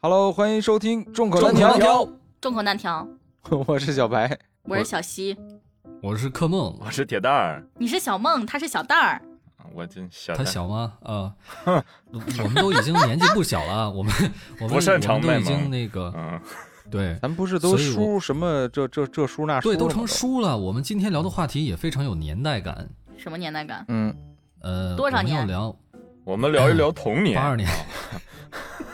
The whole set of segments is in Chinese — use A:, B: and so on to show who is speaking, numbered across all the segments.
A: Hello，欢迎收听众口
B: 众
A: 难
B: 口难
A: 调，
B: 调，
C: 众口难调，
A: 我是小白。
C: 我是小西，
B: 我是克梦，
D: 我是铁蛋儿，啊
C: 你是小梦，他是小蛋儿，
D: 我这小
B: 他
D: 蛋
B: 小吗？啊，我们都已经年纪不小了， 我们我们
D: 不擅长
B: 我们都已
D: 卖
B: 经
D: 萌
B: 那个
D: 嗯，
B: 对
A: 咱不是都
B: 所以我
A: 叔什么这这这叔那叔
B: 对，都
A: 了吗
B: 成叔了。我们今天聊的话题也非常有年代感，
C: 什么年代感？
A: 嗯，
B: 呃，
C: 多少年
B: 我们要聊
D: 我们聊一 聊童年。啊
B: 八二年，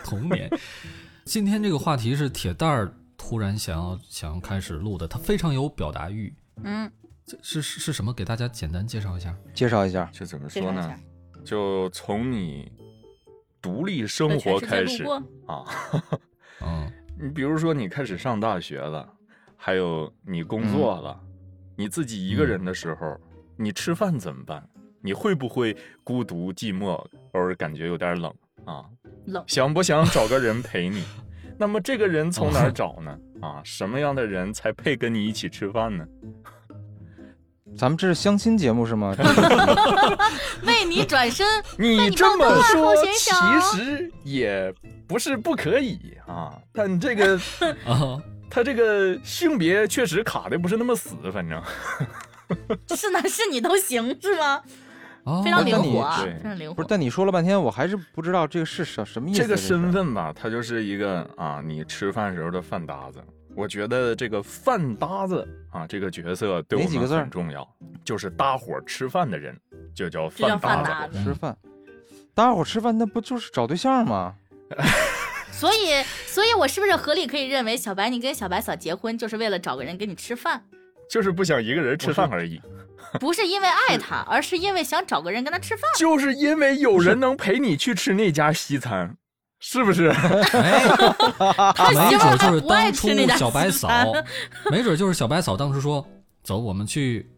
B: 童年。 今天这个话题是铁蛋儿突然想要想要开始录的，他非常有表达欲。
C: 嗯，
B: 这是是是什么？给大家简单介绍一下。
A: 介绍一下，
D: 这怎么
C: 介绍
D: 说
C: 一
D: 呢
C: 下？。
D: 就从你独立生
C: 从
D: 活
C: 全世界
D: 开
C: 路
D: 始
C: 过
D: 啊，
B: 嗯，
D: 你比如说你开始上大学了，还有你
B: 嗯
D: 工作了，你自己一个人的时候，你吃饭怎么办？你会不会孤独寂寞，偶尔感觉有点冷啊？
C: 冷
D: 想不想找个人陪你？ 那么这个人从哪
B: 哦
D: 儿找呢？啊，什么样的人才配跟你一起吃饭呢？
A: 咱们这是相亲节目是 吗？
C: 为你转身，
D: 你
C: 你
D: 这么
C: 帮帮
D: 说
C: 我好，
D: 其
C: 嫌少
D: 实也不是不可以啊，但这个
B: 啊，
D: 他这个性别确实卡的不是那么死，反正
C: 是男是女都行是吗？
B: 哦
C: 非常灵活啊，
D: 那你对
C: 非常灵
A: 不
C: 活
A: 是，。但你说了半天，我还是不知道这个是什什么意思。
D: 这个
A: 是
D: 身份吧，他就是一个啊，你吃饭时候的饭搭子。我觉得这个饭搭子啊，这个角色对
A: 哪
D: 我
A: 几个
D: 们
A: 字儿
D: 很重要，就是搭伙吃饭的人，就叫
C: 这叫
D: 饭
C: 饭
D: 搭
C: 搭
D: 子。
C: 子，
A: 吃饭，大伙儿吃饭那不就是找对象吗？
C: 所以，所以我是不是合理可以认为，小白你跟小白嫂结婚就是为了找个人跟你吃饭，
D: 就是不想一个人吃饭而已，
C: 不是因为爱他，而是因为想找个人跟他吃饭。
D: 就是因为有人能陪你去吃那家西餐，是不是？
B: 哎，
C: 他
B: 没
C: 媳妇
B: 准
C: 儿还
B: 就是
C: 不爱
B: 当初
C: 吃那家
B: 小白
C: 西
B: 嫂
C: 餐，
B: 没准就是小白嫂当时说：“走，我们去。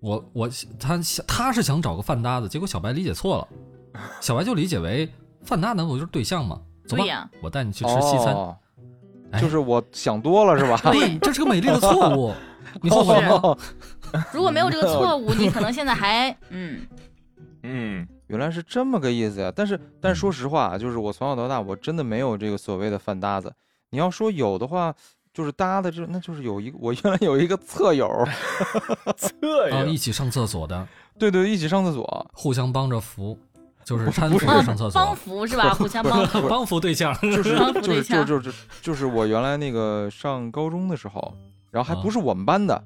B: 我”我他他是想找个饭搭子，结果小白理解错了，小白就理解为饭搭子我就是对象嘛，走吧，
C: 对呀
B: 我带你去吃西餐。
A: 哦
B: 哎
A: 就是我想多了是 吧？
B: 对，这是个美丽的错误，你后悔吗？啊
A: 哦
C: 如果没有这个错误，你可能现在还嗯，
D: 嗯，
A: 原来是这么个意思呀、但是，
B: 嗯
A: 但说实话啊，就是我从小到大，我真的没有这个所谓的饭搭子。你要说有的话，就是搭的这，那就是有一个我原来有一个侧友，
D: 这
B: 然后
D: 样
B: 一起上厕所的，
A: 对对，一起上厕所。
B: 互相帮着扶，就是搀扶
A: 不是
B: 着上厕
C: 帮
B: 所，
C: 扶是吧？互相帮扶。
B: 帮扶对象。
A: 就是
C: 帮扶
A: 就
C: 对
A: 是就
C: 象
A: 就就就是我原来那个上高中的时候，然后还
B: 啊
A: 不是我们班的，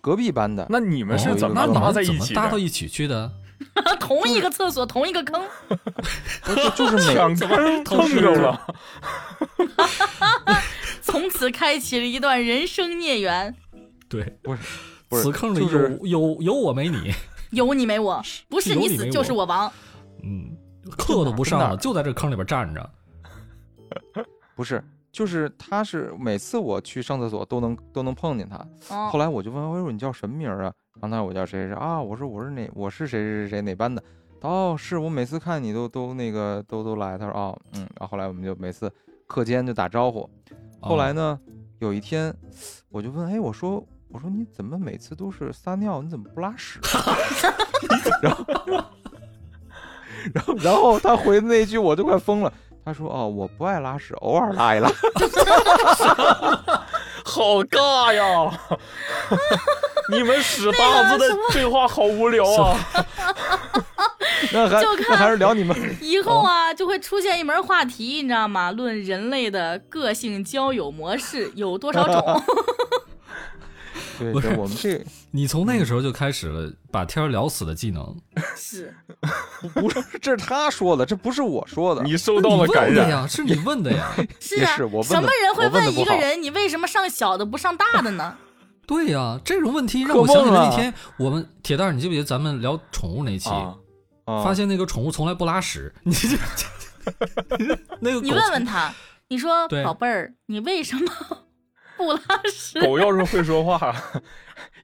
A: 隔壁班的。
D: 那你们
A: 哦
D: 是怎
B: 那
D: 么
B: 你
D: 搭
B: 们
D: 在
B: 怎
D: 一
B: 么
D: 起
B: 搭到
D: 的？
B: 一起去的？
C: 同一个厕所，同一个坑，
A: 不是就是 每
D: 抢坑碰
B: 是
D: 着了，
C: 从此开启了一段人生孽缘，
B: 对，
A: 不是不是
B: 此坑里
A: 就是
B: 有有有我没你。
C: 有你没我，不是
B: 有你
C: 你
B: 没
C: 死
B: 我
C: 就是我亡。
B: 嗯，课都不上了，就在这坑里边站着。啊
A: 不是就是他是每次我去上厕所都能都能碰见他。
C: 哦
A: 后，来我就问他，我说你叫什么名儿啊？然后他说我叫谁谁谁啊？我说我是哪我是谁谁谁谁哪班的？哦，是我每次看你都都那个都都来。他说哦嗯，然后后来我们就每次课间就打招呼。后
C: 哦
A: 来呢，有一天我就问，哎，我说我说你怎么每次都是撒尿，你怎么不拉屎？啊 然后然后然后他回的那句我就快疯了。他说：“哦，我不爱拉屎，偶尔拉 一拉。
D: 好尬呀！ 你们屎搭子的对话好无聊啊！
A: 那还
C: 就
A: 那
C: 看
A: 还是聊你 们
C: 以后
A: 哦
C: 啊，就会出现一门话题，你知道吗？论人类的个性交友模式有多少 种？
A: 对
B: 不是
A: 对，我们这
B: 你从那个时候就开始了把天儿聊死的技能，
C: 是
A: 不是，这是他说的，这不是我说的。
D: 你受到了感
B: 你问的
D: 染，
B: 呀，是你问的 呀，
C: 是啊，
A: 也是我问的
C: 什么人会
A: 我问得
C: 一
A: 不
C: 个
A: 好
C: 人你为什么上小的不上大的 呢？
B: 对呀，这种问题让
A: 可
B: 我想起
A: 梦
B: 了
A: 了
B: 那天我们铁蛋儿，你记不记得咱们聊宠物那期，
D: 啊，
A: 啊
B: 发现那个宠物从来不拉屎， 你 这那个
C: 你
B: 狗
C: 问问他，你说
B: 对
C: 宝贝儿，你为什么 不拉屎？
D: 狗要是会说话，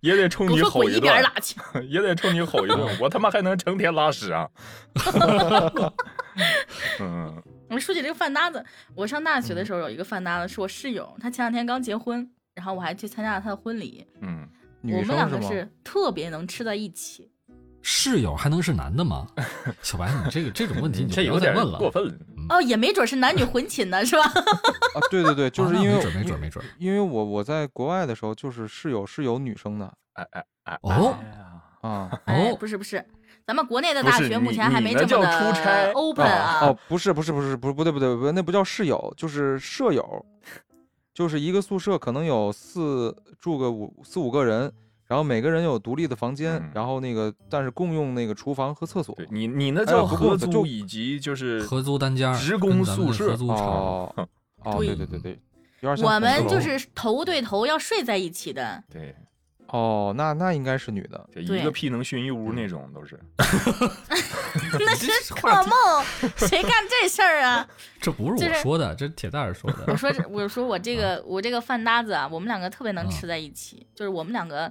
D: 也得冲
C: 狗
D: 你
C: 说
D: 吼
C: 滚
D: 一
C: 一边儿
D: 顿，
C: 拉去！
D: 也得冲你吼一顿。我他妈还能成天拉屎啊！ 嗯，
C: 我说起这个饭搭子，我上大学的时候有一个饭搭子是我室友，他前两天刚结婚，然后我还去参加了他的婚礼。
D: 嗯，
A: 女
C: 我们
A: 生
C: 两
A: 是
C: 个
A: 吗？
C: 是特别能吃在一起，
B: 室友还能是男的吗？小白，你这个这种问题你就
D: 这
B: 不
D: 有
B: 要再
D: 点
B: 问了啊
D: 过。分了。
C: 哦，也没准是男女混寝呢，是吧？
A: 啊，对对 对，就是
B: 啊
A: 因为
B: 没准没准没准
A: 因为我我在国外的时候，就是室友是有女生的
D: 哎哎哎，
B: 哦
D: 哎呀
A: 啊。
C: 哎，
B: 哦
C: 不是不是，咱们国内的
D: 不
C: 大
D: 是
C: 学
D: 你
C: 目前还
D: 你
C: 没
D: 那
C: 这么
D: 叫出差
C: 的 open 啊。
A: 哦，不是不是不是不是不对不对不对，那不叫室友，就是舍友，就是一个宿舍可能有四住个五四五个人，然后每个人有独立的房间，
D: 嗯
A: 然后那个但是共用那个厨房和厕所。
D: 对你你那
A: 哎
D: 叫
A: 不
D: 合
A: 过就
D: 租，以及就是
B: 合租单间儿，
D: 职工
B: 跟咱们
D: 宿舍
B: 合租巢，
A: 哦哦，对对对对，有点像
C: 我
A: 筒
C: 们
A: 子
C: 就
A: 楼
C: 是头对头要睡在一起的，
D: 对，
A: 哦，那那应该是女的。
D: 就
C: 对
D: 一个屁能熏一屋那种都是。
C: 那
B: 这
C: 是
B: 话
C: 做梦，谁干这事儿啊？
B: 这不是
C: 就
B: 我
C: 是
B: 说的，这是铁蛋儿说的
C: 我。说这，我说我这个我这个饭搭子啊，我们两个特别能吃在一起，就是我们两个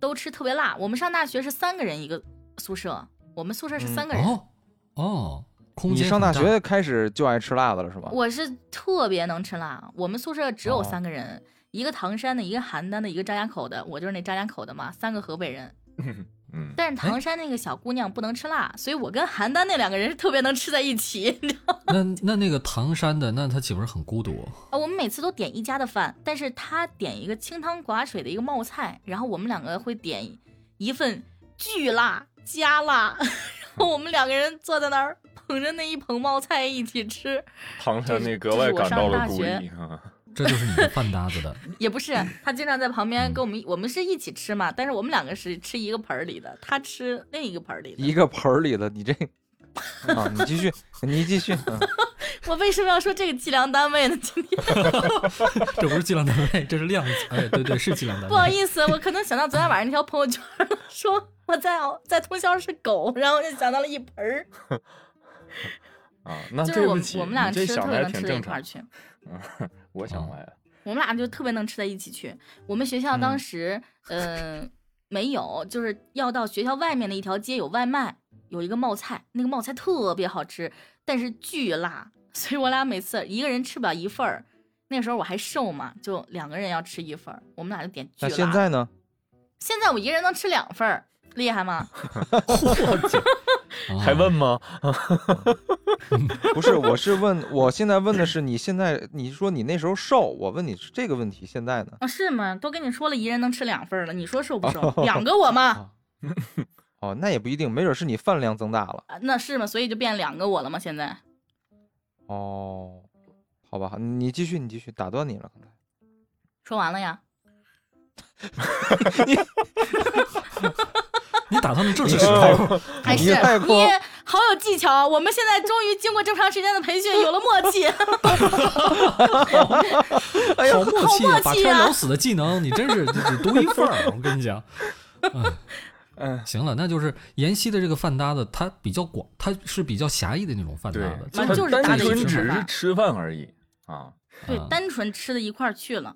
C: 都吃特别辣。我们上大学是三个人一个宿舍，我们宿舍是三个人。
B: 哦哦，空
A: 你
B: 间
A: 上大
B: 很大
A: 学开始就爱吃辣的了是吗？
C: 我是特别能吃辣，我们宿舍只有
A: 哦
C: 三个人，一个唐山的，一个邯郸的，一个张家口的，我就是那张家口的嘛，三个河北人。
D: 嗯，
C: 但是唐山那个小姑娘不能吃辣，所以我跟邯郸那两个人是特别能吃在一起。
B: 那那那个唐山的，那他岂不是很孤独？
C: 啊，我们每次都点一家的饭，但是他点一个清汤寡水的一个冒菜，然后我们两个会点一份巨辣加辣， 然后我们两个人坐在那儿捧着那一捧冒菜一起吃，
D: 唐山那格
C: 这
D: 外
C: 是我
D: 感到
C: 上大
D: 了孤
C: 学
D: 立啊！
B: 这就是你的饭搭子 的，
C: 也不是他经常在旁边跟我们，我们是一起吃嘛，但是我们两个是吃一个盆儿里的，他吃另一个盆儿里的。
A: 一个盆儿里的，你这 啊，你继续，你继续，嗯
C: 我为什么要说这个计量单位呢？ 今天
B: 这不是计量单位，这是量。哎，对对，是计量单位。
C: 不好意思，我可能想到昨天晚上那条朋友圈了，说我在在通宵是狗，然后就想到了一盆儿。
D: 啊，那
C: 就是
D: 对
C: 我
D: 不
C: 们
D: 起，
C: 我们俩
D: 你
C: 吃
D: 这
C: 的特
D: 想
C: 别
D: 的还
C: 能
D: 挺
C: 吃到一
D: 正
C: 块儿
D: 常。
C: 去，
D: 我想
B: 嗯
D: 歪了，
C: 我们俩就特别能吃在一起去。我们学校当
A: 嗯
C: 时，呃，没有，就是要到学校外面的一条街有外卖，有一个冒菜，那个冒菜特别好吃，但是巨辣，所以我俩每次一个人吃不了一份儿。那时候我还瘦嘛，就两个人要吃一份儿，我们俩就点巨
A: 那
C: 辣。
A: 现在呢？
C: 现在我一个人能吃两份儿，厉害 吗？
B: 啊
D: 还问吗？
A: 不是，我是问，我现在问的是你现在，你说你那时候瘦，我问你是这个问题，现在呢？
C: 啊，是吗？都跟你说了，一人能吃两份儿了，你说瘦不 瘦？两个我嘛。
A: 哦，那也不一定，没准是你饭量增大了。
C: 啊那是吗？所以就变两个我了吗？现在
A: 哦，好吧，你继续，你继续，打断你了，刚才。
C: 说完了呀？
B: 你打算的正是时候。
A: 哦
C: 还是
A: 你太
C: 你
A: 过
C: 也好有技巧，我们现在终于经过这么长时间的培训，有了默 契。
D: 哎
B: 好默契
C: 好默契啊
B: 把天聊死的技能，你真是只独一份儿。我跟你讲，
D: 嗯，
B: 行了，那就是妍希的这个饭搭子，它比较广，它是比较狭义的那种饭搭
D: 对
B: 子，，
C: 完就是搭
D: 啊单
C: 着一起吃
D: 纯只是
C: 饭
D: 吃饭而已啊。
C: 对
A: 嗯
B: 啊，
C: 单纯吃的一块儿去了。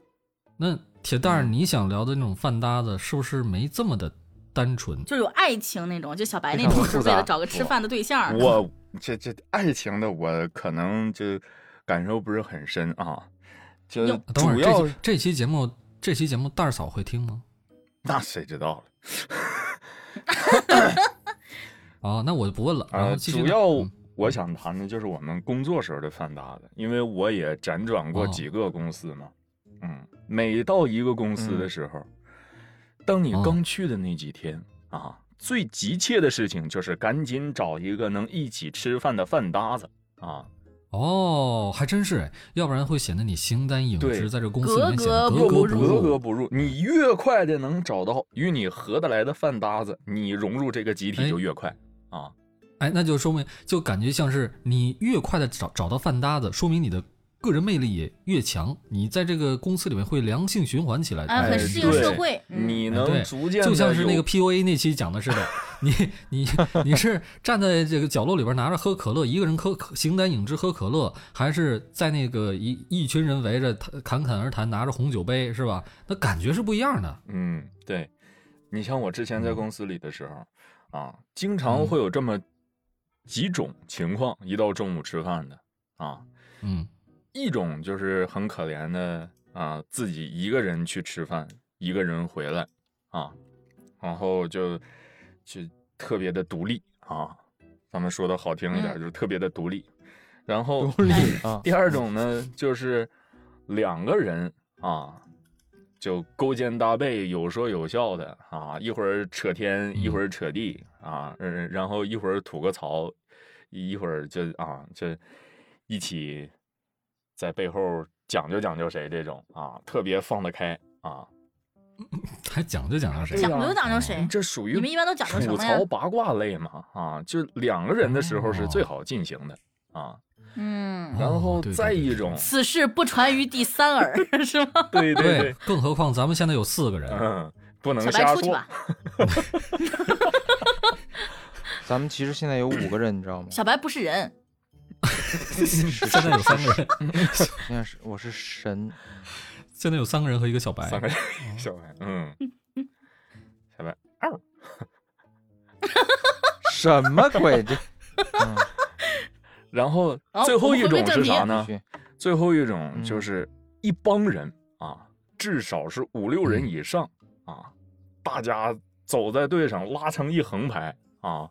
B: 那铁蛋儿，你想聊的那种饭搭子，是不是没这么的单纯？
C: 就是有爱情那种，就小白
A: 非
C: 那
A: 常
C: 种，
A: 复
C: 是为了
A: 杂
C: 找个吃饭的对象。
D: 我啊这这爱情的，我可能就感受不是很深啊。这
C: 哟
B: 等会儿
D: 主要
B: 这这期节目，这期节目蛋儿嫂会听吗？
D: 那谁知道了
B: 啊，那我不问了。然
D: 啊？
B: 后继续
D: 主
B: 呢。
D: 要
B: 嗯
D: 我想谈的就是我们工作时候的饭搭子，因为我也辗转过
B: 哦
D: 几个公司嘛。嗯，每到一个公司的时候，当你
B: 嗯哦
D: 刚去的那几天啊，最急切的事情就是赶紧找一个能一起吃饭的饭搭子啊。
B: 哦，还真是，要不然会显得你形单影
D: 对
B: 只，在这公司里面显得
C: 格格
B: 格
C: 不
B: 格
C: 入
D: 格
B: 入。
D: 格不入。你越快的能找到与你合得来的饭搭子，你融入这个集体就越快、啊。
B: 哎，那就说明，就感觉像是你越快的找找到饭搭子，说明你的个人魅力也越强，你在这个公司里面会良性循环起来。
C: 哎，
D: 哎
C: 很
B: 对
C: 适应
D: 对
C: 社会。嗯
D: 你
B: 哎对
D: 能逐渐地
B: 就像是那
D: 有
B: 个 PUA 那期讲的似的， 你你你是站在这个角落里边拿着喝可乐，一个人喝可形单影只喝可乐，还是在那个一一群人围着谈侃侃而谈，拿着红酒杯是吧？那感觉是不一样的。
D: 嗯，对。你像我之
A: 嗯
D: 前在公司里的时候啊，经常会有这么几种情况，一到中午吃饭的啊，
B: 嗯，
D: 一种就是很可怜的啊，自己一个人去吃饭，一个人回来啊，然后就就特别的独立啊。咱们说的好听一点，
C: 嗯
D: 就是特别的独立。然后
A: 独立啊，
D: 第二种呢，就是两个人啊，就勾肩搭背，有说有笑的啊，一会儿扯
C: 嗯
D: 天，一会儿扯地啊，嗯，然后一会儿吐个槽，一会儿就啊，就一起在背后讲究讲究谁这种啊，特别放得开啊，
B: 还讲究讲究谁
D: 对呀
B: 呀？
C: 讲究讲究谁？
D: 这属于
C: 你们一般都讲究什
D: 吐
C: 么呀哦
D: 槽？八卦类嘛啊，就两个人的时候是最好进行的啊，
C: 嗯，
D: 然后
B: 哦对对
D: 再
B: 对
D: 一 种，
C: 此事不传于第三耳， 是吗？
D: 对对对
B: 对，，更何况咱们现在有四个人，
D: 嗯，不能
C: 小白
D: 瞎
C: 出去
D: 说
C: 吧，
A: 咱们其实现在有五个人，你知道吗？
C: 小白不是人，
B: 现在有三个人，
A: 现在是我是神，
B: 现在有三个人和一个小白，
D: 三个人小白，嗯，小白，
A: 什么鬼这？嗯，
D: 然后
C: 好
D: 最后一
C: 我们回归
D: 种是
C: 正题
D: 啥
A: 必
D: 呢？
A: 须
D: 最后一种
A: 嗯
D: 就是一帮人啊，至少是五六人以上啊，大家走在队上拉成一横排啊，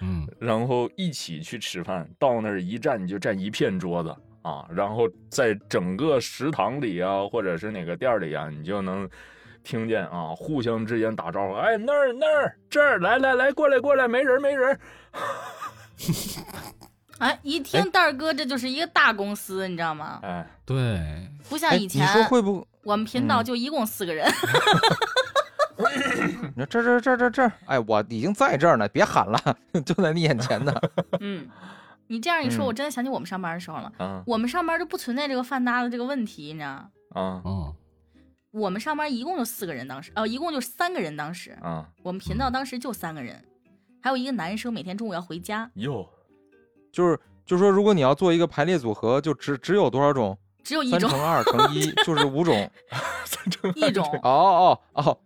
B: 嗯，
D: 然后一起去吃饭，到那儿一站就占一片桌子啊，然后在整个食堂里啊，或者是哪个店儿里啊，你就能听见啊，互相之间打招呼，哎那儿那儿这儿来来来过来过来，没人没人，
C: 哎，一听蛋儿哥这就是一个大公司，你知道吗？
D: 哎，
B: 对，
C: 不
A: 哎
C: 像以
A: 你
C: 前
A: 说会不？
C: 我们频道
A: 嗯
C: 就一共四个人，
A: 你说这这这这这，哎，我已经在这儿呢，别喊了， 就在你眼前呢。
C: 嗯， 你这样一说，
D: 嗯
C: 我真的想起我们上班的时候了。
D: 啊
C: 我们上班就不存在这个饭搭子这个问题，你知道吗？
D: 啊
B: 嗯，
C: 我们上班一共就四个人，当时哦，一共就三个人，当时
D: 啊
C: 我们频道当时就三个人，还有一个男生每天中午要回家，
D: 哟，
A: 就是就是说，如果你要做一个排列组合，就只只有多少种？
C: 只有一
A: 三
C: 种
A: 乘二乘一就是五种。
C: 一 种，
A: 哦哦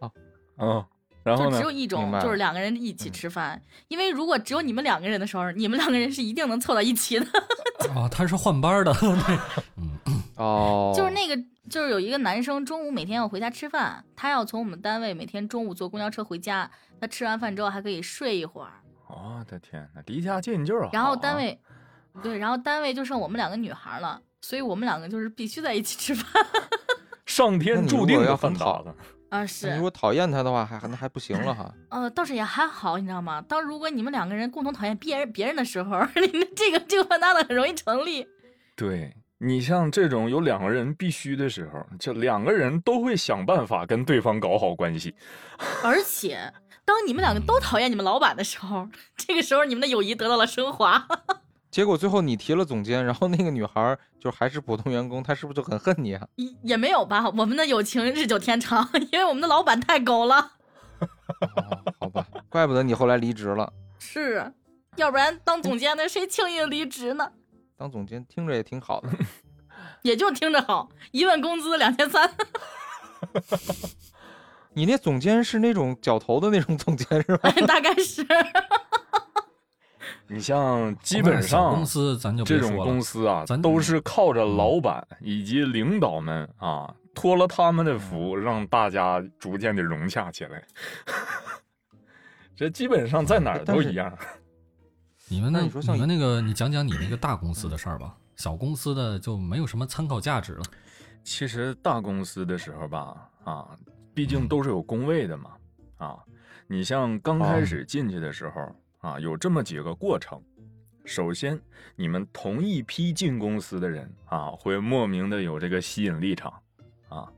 A: 哦，
D: 嗯，然后
C: 就只
D: 呢
C: 有？一
A: 明
C: 种
A: 白，了嗯
C: 就是两个人一起吃饭。因为如果只有你们两个人的时候，你们两个人是一定能凑到一起的。
B: 啊，他是换班的，对，嗯，
A: 哦，
C: 就是那个，就是有一个男生中午每天要回家吃饭，他要从我们单位每天中午坐公交车回家，他吃完饭之后还可以睡一会儿，
D: 啊我的天哪，离家近就是好啊。
C: 然后单位，对，然后单位就剩我们两个女孩了，所以我们两个就是必须在一起吃饭
D: 上
A: 那
D: 天
A: 你
D: 注
A: 如
D: 定
A: 果
D: 的
A: 要
D: 饭
A: 很
D: 搭
A: 好
D: 子，
C: 啊，
A: 那如
C: 是，
A: 果讨厌他的话，还还那还不行了哈。
C: 呃，倒是也还好，你知道吗？当如果你们两个人共同讨厌别人别人的时候， 你们这个这个饭搭子很容易成立。
D: 对你像这种有两个人必须的时候，就两个人都会想办法跟对方搞好关系。
C: 而且，当你们两个都讨厌你们老板的时候， 这个时候你们的友谊得到了升华。
A: 结果最后你提了总监，然后那个女孩儿就还是普通员工，她是不是就很恨你啊？
C: 也也没有吧，我们的友情日久天长， 因为我们的老板太狗了。
A: 哦好吧，怪不得你后来离职了。
C: 是，嗯要不然当总监的谁轻易离职呢？
A: 当总监听着也挺好的，
C: 也就听着好，一问工资两千三，
A: 你那总监是那种绞头的那种总监是吧？
C: 大概是。
D: 你像基
B: 我
D: 本
B: 们俩小
D: 上
B: 公司咱就别
D: 这种
B: 说
D: 公
B: 了，
D: 司啊
B: 咱，嗯
D: 都是靠着老板以及领导们啊，托了他们的
B: 嗯
D: 福，让大家逐渐的融洽起来。 这基本上在哪儿都一样。
B: 你们
A: 那
B: 那
A: 你说像
B: 你们那个，你讲讲你那个大公司的事儿吧，小公司的就没有什么参考价值了，
D: 其实大公司的时候吧，啊，毕
A: 嗯
D: 竟都是有工位的嘛，啊，你像刚开
A: 哦
D: 始进去的时候、啊，有这么几个过程。首先，你们同一批进公司的人啊，会莫名的有这个吸引力场，啊，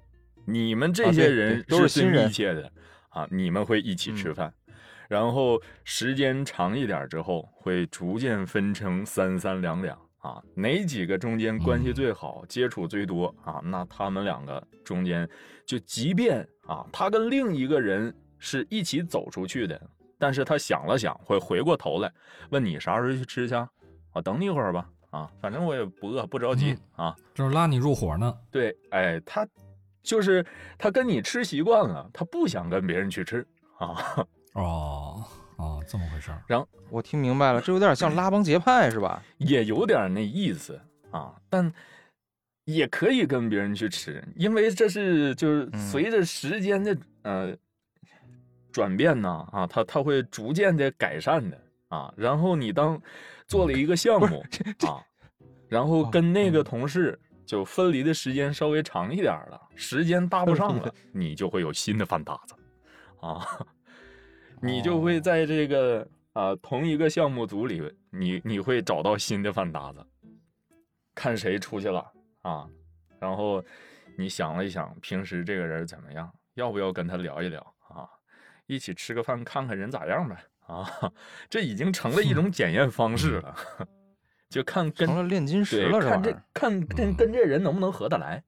D: 你们这
A: 啊
D: 些
A: 对
D: 人
A: 对都是
D: 最
A: 新人嗯
D: 密切的啊，你们会一起吃饭，然后时间长一点之后，会逐渐分成三三两两啊，哪几个中间关系最好、接触最多啊？那他们两个中间，就即便啊，他跟另一个人是一起走出去的，但是他想了想，会回过头来问你啥时候去吃去啊？啊等你一会儿吧，啊，反正我也不饿，不着急、啊。
B: 就是拉你入伙呢。
D: 对，哎，他就是他跟你吃习惯了，他不想跟别人去吃啊。
B: 哦哦，这么回事儿。
A: 我听明白了，这有点像拉帮结派是吧？
D: 也有点那意思啊，但也可以跟别人去吃，因为这是就是
A: 嗯
D: 随着时间的、呃转变呢啊，它它会逐渐的改善的啊。然后你当做了一个项目啊，然后
A: 哦
D: 跟那个
A: 嗯
D: 同事就分离的时间稍微长一点儿了，时间搭不 上了，你就会有新的饭搭子啊，你就
A: 哦
D: 会在这个啊、同一个项目组里，你你会找到新的饭搭子，看谁出去了啊，然后你想了一想，平时这个人怎么样，要不要跟他聊一聊啊，一起吃个饭看看人咋样呗啊，这已经成了一种检验方式了。 就看跟
A: 成了炼金石
D: 对，
A: 了，这
D: 看
A: 玩意
D: 这
A: 儿。
D: 看跟
B: 嗯
D: 跟这人能不能合得来。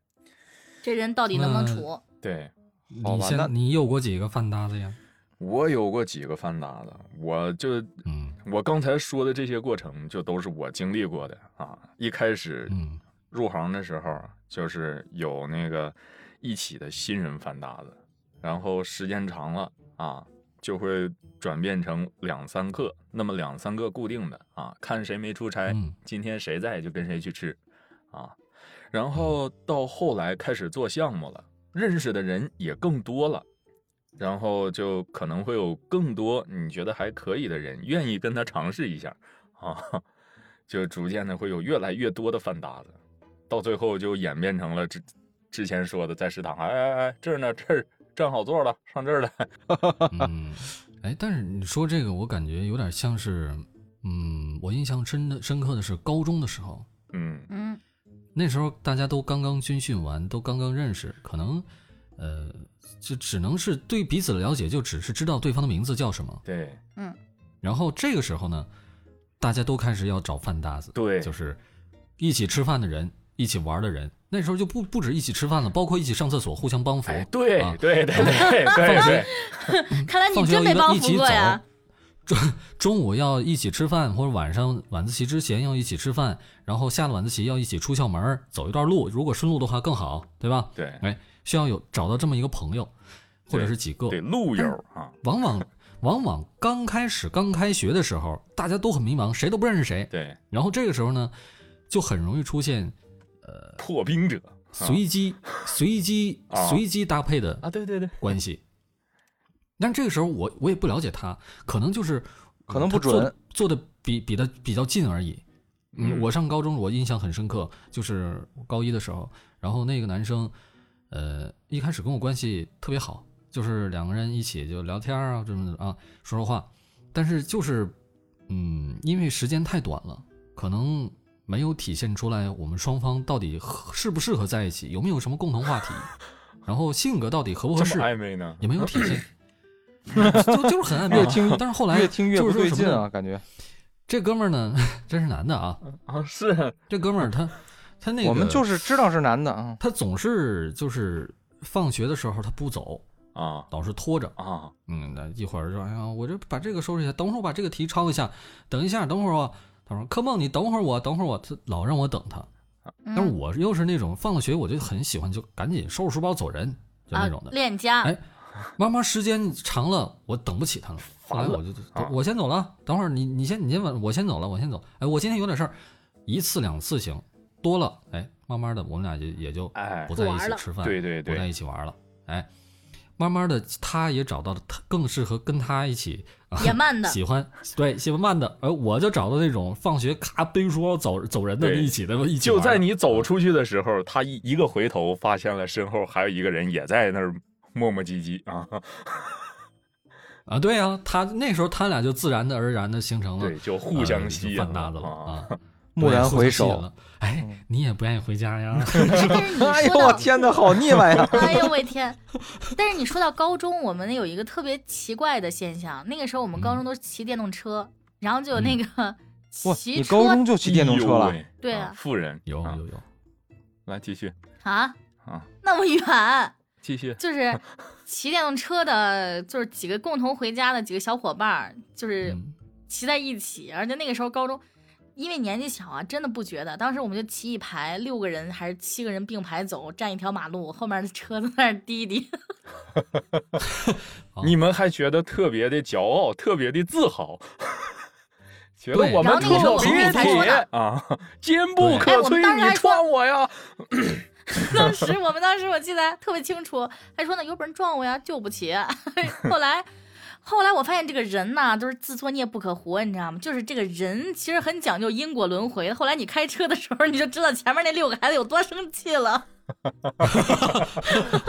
C: 这人到底能不能处？
D: 对
A: 好
B: 你
A: 吧那
B: 先，你有过几个饭搭子呀？
D: 我有过几个翻搭子，我就
B: 嗯
D: 我刚才说的这些过程，就都是我经历过的啊。一开始
B: 嗯
D: 入行的时候，啊就是有那个一起的新人翻搭子，然后时间长了啊，就会转变成两三个，那么两三个固定的啊，看谁没出差，
B: 嗯
D: 今天谁在就跟谁去吃啊。然后到后来开始做项目了，认识的人也更多了。然后就可能会有更多你觉得还可以的人愿意跟他尝试一下，啊， 就逐渐的会有越来越多的饭搭子，到最后就演变成了之之前说的在食堂，哎哎哎，这儿呢，这儿站好座了，上这儿来，
B: 嗯，哎，但是你说这个，我感觉有点像是，嗯，我印象深的深刻的是高中的时候，
D: 嗯
C: 嗯，
B: 那时候大家都刚刚军训完，都刚刚认识，可能，呃，就只能是对彼此的了解，就只是知道对方的名字叫什么。
D: 对
B: 然后这个时候呢，大家都开始要找饭搭子，
D: 对
B: 就是一起吃饭的人，一起玩的人。那时候就不不止一起吃饭了，包括一起上厕所，互相帮扶。
D: 哎，对
B: 啊
D: 对对对对对，
C: 嗯看来你
B: 放学
C: 真被
B: 一个
C: 帮
B: 一
C: 扶
B: 起
C: 过
B: 走
C: 呀。
B: 中中午要一起吃饭，或者晚上晚自习之前要一起吃饭，然后下了晚自习要一起出校门儿，走一段路，如果顺路的话更好，对吧？
D: 对
B: 哎，需要有找到这么一个朋友，或者
D: 对
B: 是几个。
D: 对路友啊，
B: 往往往往刚开始刚开学的时候，大家都很迷茫，谁都不认识谁。
D: 对
B: 然后这个时候呢，就很容易出现
D: 破冰者，啊
B: 随机、随机、
D: 啊
B: 随机搭配的
D: 啊，对对对，
B: 关系。但这个时候我我也不了解他，可能就是
A: 可能不
B: 他做
A: 准
B: 的做的比比他比较近而已。嗯，
D: 嗯
B: 我上高中我印象很深刻，就是高一的时候，然后那个男生，呃，一开始跟我关系特别好，就是两个人一起就聊天啊，这么的啊，说说话，但是就是，嗯，因为时间太短了，可能没有体现出来我们双方到底合适不适合在一起，有没有什么共同话题，然后性格到底合不合
D: 这
B: 适
D: 么，暧昧呢？
B: 也 没有体现，就就 是很暧昧。
A: 越听
B: 但是后来
A: 越听越
B: 就
A: 不
B: 是说
A: 对
B: 什么
A: 劲
B: 呢
A: 啊，感觉
B: 这哥们儿呢，真是男的啊！
D: 啊，是啊
B: 这哥们儿他他那个，
A: 我们就是是知道是男的啊。
B: 他总是就是放学的时候他不走，
D: 啊
B: 老是拖着。
D: 啊，
B: 嗯，那一会儿说，哎呀，我这把这个收拾一下，等会儿我把这个题抄一下，等一下，等会儿我。他说：“科梦，你等会儿我，等会儿我。”他老让我等他，
C: 嗯
B: 但是我又是那种放了学我就很喜欢，就赶紧收拾书包走人，就
C: 啊
B: 那种，的。
C: 恋家
B: 哎慢慢时间长了，我等不起他了，后来
D: 了
B: 我就就
D: 啊
B: 我先走了。等会儿你你先你先问，我先走了，我先走。哎，我今天有点事儿，一次两次行，多了哎，慢慢的我们俩就也就
D: 哎
B: 不，在
C: 不
B: 一
C: 玩
B: 起
C: 了
B: 吃饭，
D: 对对
B: 不在
D: 对
B: 一起玩了。哎，慢慢的他也找到了他更适合跟他一起啊
C: 野蛮的，
B: 喜欢对喜欢慢的，而我就找到那种放学咔背书包走走人的
D: 对
B: 一起的一起
D: 就
B: 玩的
D: 在你走出去的时候，他一一个回头，发现了身后还有一个人也在那儿磨磨唧唧啊，
B: 啊，对啊，他那时候他俩就自然的而然的形成了
D: 对，就互相
B: 呃
D: 吸引
B: 饭搭
D: 了
B: 子了
D: 啊。
B: 啊。
A: 蓦然回
B: 对互相吸引
A: 首，
B: 了
C: 嗯
B: 哎，你也不愿意回家 呀？
C: 但是 你
A: 哎呦
C: 说
A: 我
C: 到，
A: 天哪，好腻歪呀！ 啊
C: 哎呦喂天！但是你说到高中，我们有一个特别奇怪的现象，那个时候我们高中都是骑电动车，然后就有那 个
A: 哇，
C: 骑
A: 你
C: 车
A: 高中就骑电动车
D: 哎
A: 了
D: 呦？喂
C: 对
D: 啊
C: 啊，
D: 富人
B: 有
D: 啊
B: 有有，
D: 来继续
C: 啊
D: 啊，
C: 那么远，
D: 继续
C: 就是骑电动车的，就是几个共同回家的几个小伙伴儿，就是
B: 嗯
C: 骑在一起，而且那个时候高中。因为年纪小啊，真的不觉得。当时我们就骑一排，六个人还是七个人并排走，占一条马路，后面的车在那儿滴滴。
B: 啊
D: 你们还觉得特别的骄傲，特别的自豪， 觉得
B: 对
D: 我们
C: 然后那个时
D: 特
C: 候
D: 别
C: 我们才说
D: 铁
C: 的
D: 啊，坚不可
C: 对哎我们当时
D: 摧，
C: 还说
D: 你撞我呀！
C: 当时啊 我们当时我记得还特别清楚，还说呢有本事撞我呀，就不骑。后来后来我发现这个人呐、都是自作孽不可活，你知道吗？就是这个人其实很讲究因果轮回。后来你开车的时候，你就知道前面那六个孩子有多生气了。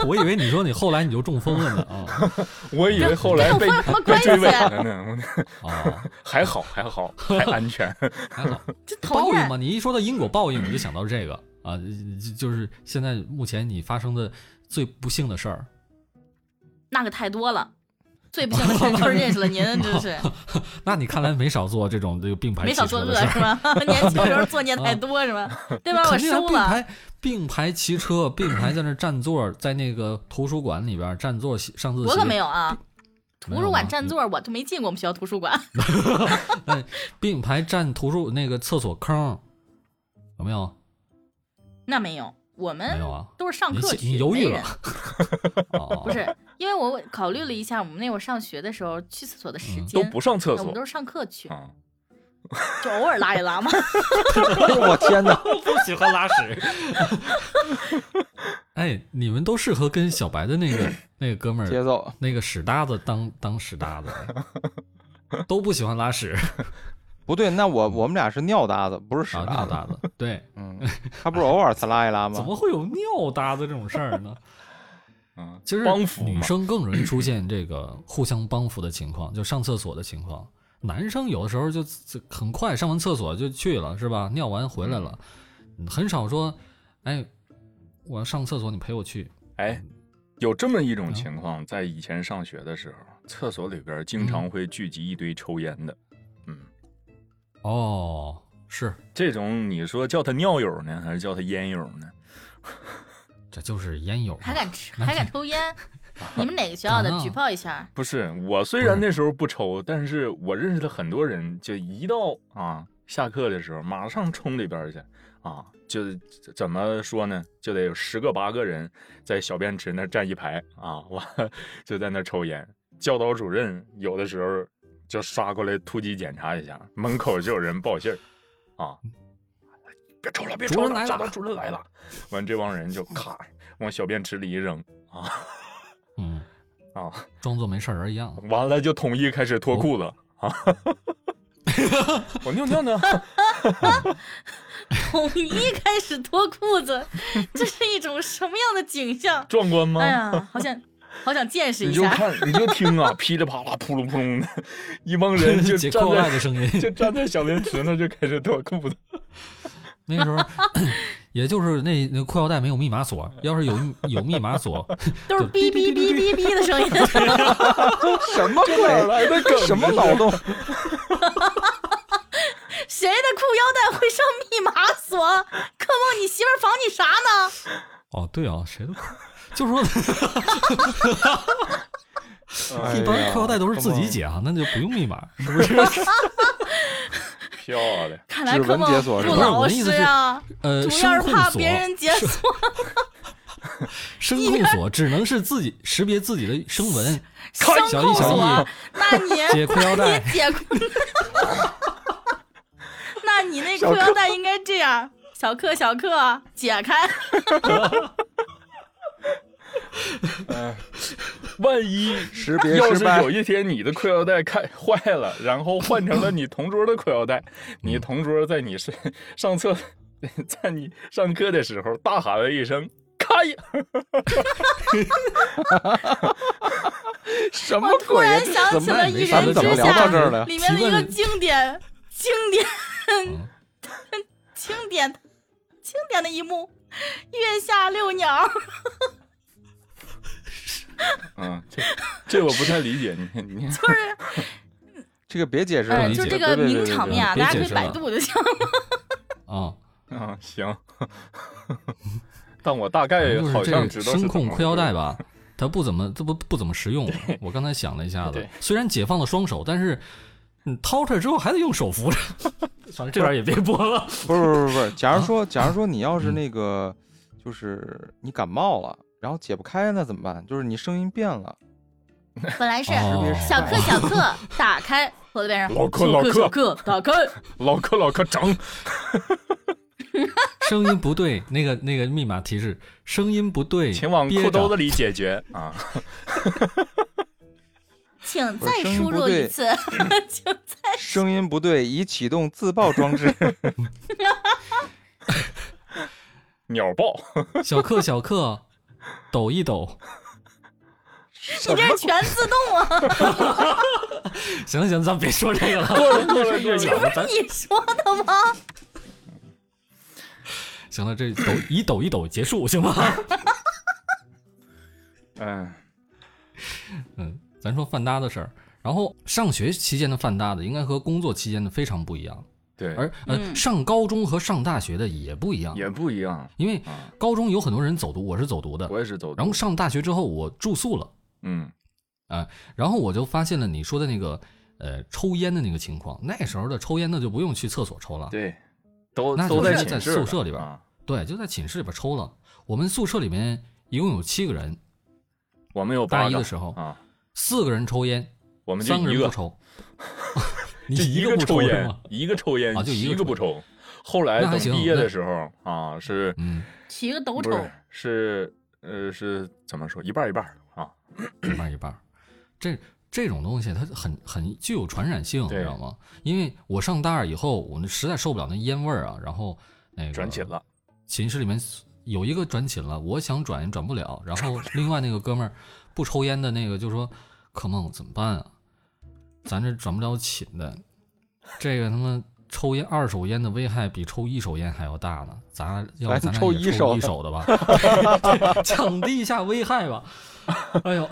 B: 我以为你说你后来你就中风了 呢啊
D: 我以为后来被
C: 跟我有什么
D: 被
C: 关系
D: 追尾了呢，我
B: 啊，
D: 嗯还好还好还安全。
B: 还好
C: 这
B: 报
C: 讨
B: 应
C: 厌
B: 嘛，你一说到因果报应，你就想到这个啊，就就是现在目前你发生的最不幸的事儿，
C: 那个太多了。最不幸 的事就是认识了您，真是
B: 哦那你看来没少做这种这个并排
C: 没
B: 骑
C: 少
B: 车
C: 作恶
B: 的事儿
C: 是。吧？ 年轻时候作孽太多是吧？对吧？我
B: 肯定啊
C: 收
B: 并
C: 了。
B: 排并排骑 车，并排在那儿占座，在那个图书馆里边儿占座上自习。
C: 我可没有啊，
B: 没有啊
C: 图书
B: 吗
C: 馆占座我都没进过我们学校图书馆。
B: 并排占图书那个厕所坑，有没有？
C: 那没有，我
B: 没
C: 们
B: 有啊？
C: 都是上
B: 你
C: 课
B: 写
C: 去。
B: 你犹豫了
C: 没人？
B: 哦
C: 不， 是，因为我考虑了一下，我们那会儿上学的时候去厕所的时
B: 嗯
D: 都
C: 间，
D: 不上厕
C: 我们
D: 所
C: 都是上课去，
D: 啊，
C: 就偶尔拉一拉嘛。
A: 哎呦 我天哪！
B: 我不喜欢拉屎。 哎，你们都适合跟小白的那个 那个哥们
A: 节
B: 儿
A: 奏
B: 那个屎搭子当当屎搭子，哎都不喜欢拉屎
A: 不对，那我我们俩是尿搭子，不是屎
B: 嗯啊，
A: 搭
B: 尿
A: 子。
B: 搭子。对，
A: 嗯，他不是偶尔才拉一拉
B: 怎
A: 吗？
B: 么会有尿搭子这种事儿 呢？
D: 嗯，
B: 其实
D: 帮扶
B: 女
D: 嘛，
B: 生更容易出现这个互相帮扶的情况，就上厕所的情况。男生有的时候就就很快上完厕所就去了，是吧？尿完回来了，
A: 嗯
B: 很少说，哎，我要上厕所，你陪我去。
D: 哎，有这么一
B: 嗯
D: 种情况，在以前上学的时候，厕所里边经
B: 嗯
D: 常会聚集一堆抽烟的，嗯，
B: 哦，是，
D: 这种你说叫他尿友呢，还是叫他烟友呢？
B: 这就是烟友嘛。
C: 还敢吃，还敢抽烟？你们哪个学校
B: 敢
C: 的
B: 啊
C: 举报一下？
D: 不是，我虽
B: 不
D: 然
B: 是
D: 那时候不抽，但是我认识的很多人，就一到啊下课的时候，马上冲里边去啊，就怎么说呢，就得有十个八个人在小便池那站一排啊，完了就在那抽烟。教导主任有的时候就刷过来突击检查一下，门口就有人报信儿啊，别抽了，别
B: 主
D: 抽
B: 任来了
D: 了，教导主任来了，完这帮人就咔往小便池里一扔啊
B: 嗯，
D: 啊，
B: 装作没事儿人一样。
D: 完了就统一开始脱裤子啊！我尿尿呢，
C: 统一开始脱裤子，这是一种什么样的景象？
D: 壮观吗？
C: 哎呀，好想好想见识
D: 你
C: 一
D: 就
C: 下。
D: 看，你就听啊，噼里啪啦、扑噜扑噜的，一帮人 就
B: 解
D: 站
B: 扣外的
D: 在
B: 声音。
D: 就站在小便池那儿就开始脱裤子。
B: 那个时候， 也就是那那裤腰带没有密码锁，要是有有密码锁，
C: 都是哔哔哔哔哔的声音，
A: 什么
D: 哪
A: 鬼？
D: 来的梗？
A: 什么脑？洞？
C: 谁的裤腰带会上密码锁？科梦，你媳妇儿防你啥呢？
B: 哦，对啊，谁都， 就说
A: 哎
D: 哎
B: 一
A: 呀
B: 般裤腰带都是自己解啊，那就不用密码。
D: 是不是？漂亮！
C: 看来
A: 指
C: 科
A: 纹
C: 梦
A: 解锁是
C: 不
A: 吧
B: 我
C: 老
B: 的意
C: 实
B: 思是
C: 啊，
B: 呃，
C: 主
B: 声
C: 要是
B: 控
C: 怕
B: 锁
C: 别，人解锁。
B: 声控锁只能是自己识别自己的声纹，
C: 声
B: 小
C: 控
B: 易小
C: 锁
B: 易，
C: 那你
B: 解裤腰
C: 那
B: 带
C: 你解裤，那你那裤腰带应该这样，小克小克解开，
D: 万一
A: 识 别
D: 要
A: 失
D: 是
A: 败
D: 有一天你的裤腰带开坏了，然后换成了你同桌的裤腰带，你同桌在你上上厕，在你上课的时候大喊了一声“开”，
A: 什么
C: 我突
A: 鬼？
C: 然想
A: 怎
C: 起
A: 么
C: 了
B: 办
C: 《一
B: 没事咱
A: 咱们
B: 们
C: 人
A: 怎么
C: 之
A: 聊到
C: 下
A: 这儿了呀？》
C: 里面的一
B: 提问
C: 个经典经典
B: 嗯
C: 经典经典的一幕，月下遛鸟，
D: 嗯，这这我不太理解，你你
C: 就是
A: 这个别解释了，
C: 呃
B: 理
C: 就
B: 解
C: 这
A: 对对
C: 个
A: 对
C: 名
A: 对
C: 场
A: 对
C: 面啊，
B: 别
C: 大家可
B: 解
C: 以
B: 释
C: 百
B: 了
C: 度就行。
B: 啊，
D: 啊行， 但我大概哎好
B: 就是这
D: 像知
B: 个
D: 道是
B: 声控
D: 怎么
B: 裤腰带
D: 回事
B: 吧，它不怎么它不不怎么实用。我刚才想了一下子
D: 对，
B: 虽然解放了双手，但是你掏出来之后还得用手扶 着。反正这边也别播了。
A: 不是不是不是，假如
B: 啊
A: 说假如说你要
B: 嗯
A: 是那个，就是你感冒了，然后解不开那怎么办？就是你声音变了，
C: 本来 是
B: 哦
C: 小克小克打开，坐在边上，
D: 老克老克
C: 小克打开，
D: 老克老克整，
B: 声音不对，那个那个密码提示声音不对，
D: 请往
B: 憋
D: 裤兜
B: 着
D: 子里解决啊！
C: 请
A: 不是
C: 再
A: 声音
C: 输
A: 不
C: 入一
A: 对
C: 次，请再
A: 声音不对，已启动自爆装置。
D: 鸟爆，
B: 小克小克，抖一抖。
C: 你 这是全自动啊！
B: 行了行了，咱别说这个了，
D: 过 了
B: 越远了，咱
C: 你 说的吗？
B: 行了，这抖以抖一抖结束行吗？
D: 嗯，
B: 嗯，咱说饭搭的事儿。然后上学期间的饭搭的，应该和工作期间的非常不一样，
D: 对，
B: 而呃、
C: 嗯
B: 上高中和上大学的也不一样，
D: 也不一样
B: 因为
D: 啊。
B: 高中有很多人走读，我是走读的，
D: 我也是走读，
B: 然后上大学之后我住宿了，
D: 嗯，
B: 然后我就发现了你说的那个呃抽烟的那个情况，那时候的抽烟的就不用去厕所抽了，
D: 对，都
B: 那
D: 都
B: 就是
D: 寝
B: 在
D: 室
B: 宿
D: 了
B: 舍里边儿
D: 啊。
B: 对，就在寝室里边抽了。我们宿舍里面一共有七个人，
D: 我们有
B: 大
D: 八
B: 一
D: 个
B: 的时候
D: 啊，
B: 四个人抽烟，
D: 我们就
B: 三个
D: 一
B: 人不
D: 个，
B: 抽。你
D: 就
B: 一
D: 个
B: 不
D: 抽
B: 是
D: 烟
B: 吗，
D: 一个抽烟，
B: 啊就一个
D: 个不抽。后来
B: 那还
D: 等
B: 行
D: 毕业
B: 那
D: 的时候啊，是
B: 嗯，
C: 起个斗
D: 不
C: 丑，
D: 是是呃是怎么说一半儿一半儿啊？
B: 一半儿一半儿。这这种东西它很很具有传染性，你
D: 对
B: 知道吗？因为我上大二以后，我那实在受不了那烟味儿啊，然后那个
D: 转寝了，
B: 寝室里面有一个转寝了，我想转也转不了，然后另外那个哥们儿不抽烟的那个就说：“可梦怎么办啊？咱这转不了寝的，这个他妈抽烟二手烟的危害比抽一手烟还要大呢，咱俩要不
A: 咱
B: 咱俩
A: 抽
B: 也
A: 一手
B: 抽一手的吧， 降低一下危害吧。” 哎呦，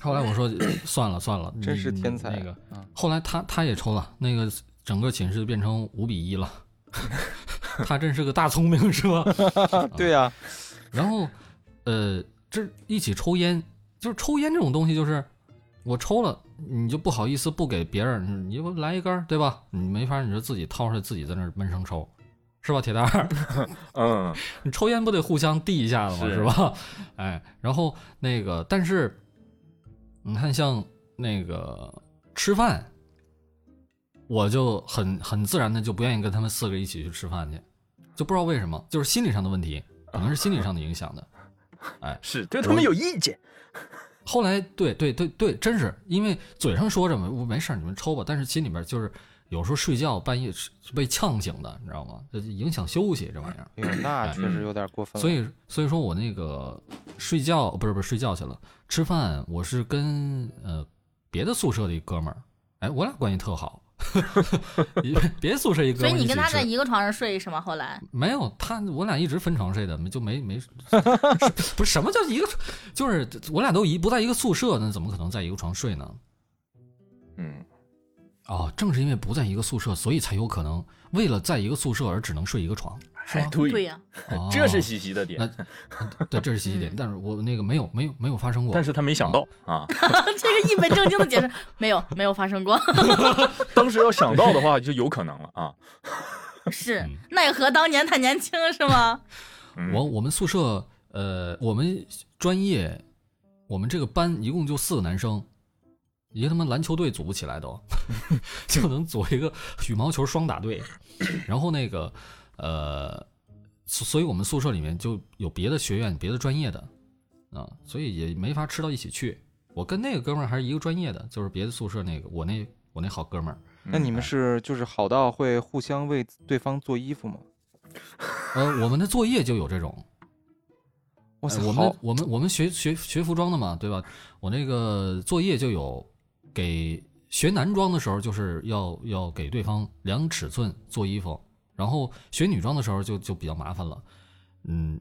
B: 后来我说 算了算了，
A: 真是
B: 你
A: 天才
B: 那个
A: 嗯
B: 后来他他也抽了，那个整个寝室变成五比一了。 他真是个大聪明，是吧？
A: 对呀、
B: 然后，呃，这一起抽烟，就是抽烟这种东西，就是我抽了，你就不好意思不给别人，你就来一根儿，对吧？你没法，你就自己掏出来，自己在那儿闷声抽，是吧，铁蛋儿？
D: 嗯，
B: 你抽烟不得互相递一下子吗？
D: 是
B: 是吧？哎，然后那个，但是你看，像那个吃饭，我就很很自然的就不愿意跟他们四个一起去吃饭去，就不知道为什么，就是心理上的问题，可能是心理上的影响的。
D: 是
B: 嗯
D: 对他们有意见，
B: 后来，对对对对，真是因为嘴上说着没我没事儿，你们抽吧，但是心里边就是有时候睡觉半夜是是被呛醒的，你知道吗？这就影响休息这玩意儿。
A: 哎呦，那确实有点过分了。
B: 嗯所以所以说我那个睡觉不是不是睡觉去了，吃饭我是跟呃别的宿舍的一哥们儿，哎，我俩关系特 好，一别的宿舍一哥
C: 所
B: 们儿
C: 以
B: 一
C: 你
B: 起吃，
C: 跟他在一个床上睡是吗？后来
B: 没有他，我俩一直分床睡的，没就没 没，是不是什么叫一个，就是我俩都一不在一个宿舍，那怎么可能在一个床睡呢？
D: 嗯，
B: 哦，正是因为不在一个宿舍，所以才有可能为了在一个宿舍而只能睡一个床。
D: 哎
C: 对
D: 对，
C: 呀，
B: 哦、
D: 这是嗯西西的点，
B: 对，这是信息点，但是我那个没有没有没有发生过。
D: 但是他没想到啊，
C: 这个一本正经的解释没有没有发生过，
D: 当时要想到的话就有可能了啊。
C: 是
B: 嗯
C: 奈何当年太年轻是 吗？
D: 嗯
B: 我我们宿舍，呃，我们专业，我们这个班一共就四个男生，一个他妈篮球队组不起来都， 就能组一个羽毛球双打队。然后那个，呃，所所以我们宿舍里面就有别的学院、别的专业的啊，所以也没法吃到一起去。我跟那个哥们儿还是一个专业的，就是别的宿舍那个我那我那好哥们儿。
A: 那
B: 哎
A: 你们是就是好到会互相为对方做衣服吗？
B: 呃，我们的作业就有这种，
A: 哇塞，
B: 哎我们
A: 好
B: 的我们我们学学学服装的嘛，对吧？我那个作业就有给学男装的时候，就是要要给对方量尺寸做衣服，然后学女装的时候就就比较麻烦了，嗯，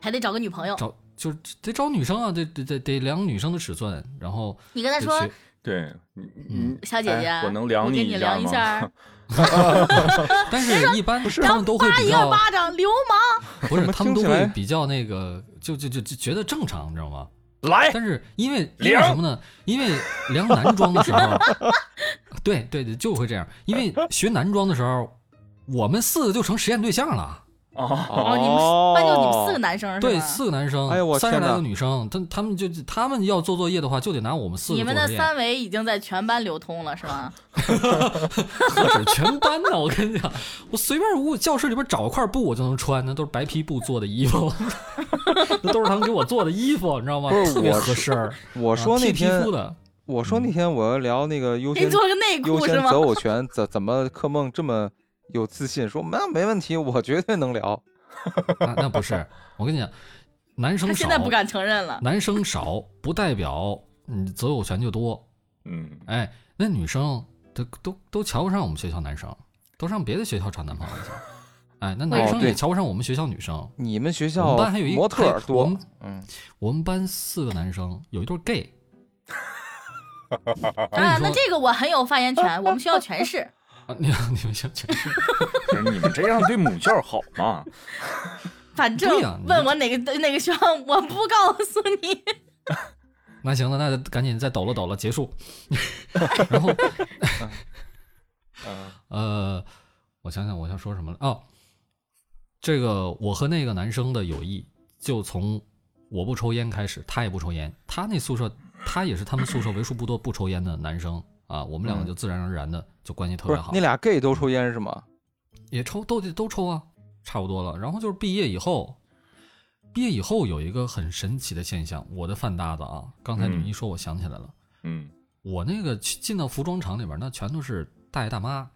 C: 还得找个女朋友。
B: 找就是得找女生啊，得得得得量女生的尺寸，然后
C: 你跟他
B: 得
C: 说
B: 学，
D: 对，你你
B: 嗯
C: 小姐姐，
D: 哎我能
C: 我
D: 量
C: 给
D: 一
C: 你量一
D: 下
C: 下
D: 吗？
C: 儿，
B: 但是一般他们都会
C: 啪
B: 比
C: 一个
B: 较
C: 巴掌，流氓！
B: 不是
A: 怎么
B: 他们都
A: 听起来
B: 会比较那个就就就就觉得正常，你知道吗？
D: 来，
B: 但是因为因为
D: 量
B: 什么呢？因为量男装的时候， 对对对，就会这样。因为学男装的时候，我们四个就成实验对象了。
D: 啊，
C: 哦，你们班就你们四个男生是吗？
B: 对，四个男生，
A: 哎呦我
B: 三十
A: 天哪
B: 来个女生，他他们就他们要做作业的话，就得拿我们四个
C: 你们
B: 做
C: 的
B: 实验，
C: 三维已经在全班流通了是 吗？
B: 何止全班呢？我跟你讲，我随便屋教室里边找一块布我就能穿，那都是白皮布做的衣服， 那都是他们给我做的衣服，你知道吗？
A: 不是
B: 特别
A: 我是
B: 合身儿，
A: 我
B: 啊
A: 说
B: 贴
A: 那
B: 皮
A: 天
B: 肤的，
A: 我说那天我要聊那个优
C: 哎给
A: 先
C: 你做个内
A: 优
C: 裤
A: 先
C: 是吗？
A: 择偶权，怎怎么克梦这么有自信，说那没问题，我绝对能聊。
B: 啊那那不是，我跟你讲，男生
C: 他
B: 少，
C: 现在不敢承认了。
B: 男生少不代表你择偶权就多。
D: 嗯，
B: 哎，那女生都都都瞧不上我们学校男生，都上别的学校找男朋友去 了。哎，那男
A: 哦
B: 生
A: 对
B: 也瞧不上我们学校女生。
A: 你们学
B: 我
A: 校
B: 们班还有一
A: 模特儿
B: 还我
A: 多
B: 们，
A: 嗯，
B: 我们班四个男生有一对儿 gay。我跟
C: 啊，
B: 你
C: 那
B: 说，
C: 这个我很有发言权，
B: 哦
C: 我们学校全是。
B: 啊你 你们想全是
D: 不是你们这样对母校好吗？
C: 反正
B: 对呀你
C: 问我哪个哪个学校， 我不告诉你。
B: 那行了，那赶紧再抖了抖了，结束。 然后
A: 嗯
B: 呃，我想想我想说什么了哦，这个我和那个男生的友谊就从我不抽烟开始，他也不抽烟，他那宿舍他也是他们宿舍为数不多不抽烟的男生啊，我们两个
A: 嗯
B: 就自然而然的就关系特
A: 不
B: 别
A: 是
B: 好，
A: 那俩 gay 都抽烟是吗？
B: 也抽都都抽啊，差不多了。然后就是毕业以后，毕业以后有一个很神奇的现象，我的饭搭子啊，刚才你们
D: 嗯
B: 一说，我想起来了，
D: 嗯
B: 我那个去进到服装厂里边儿，那全都是大爷大妈，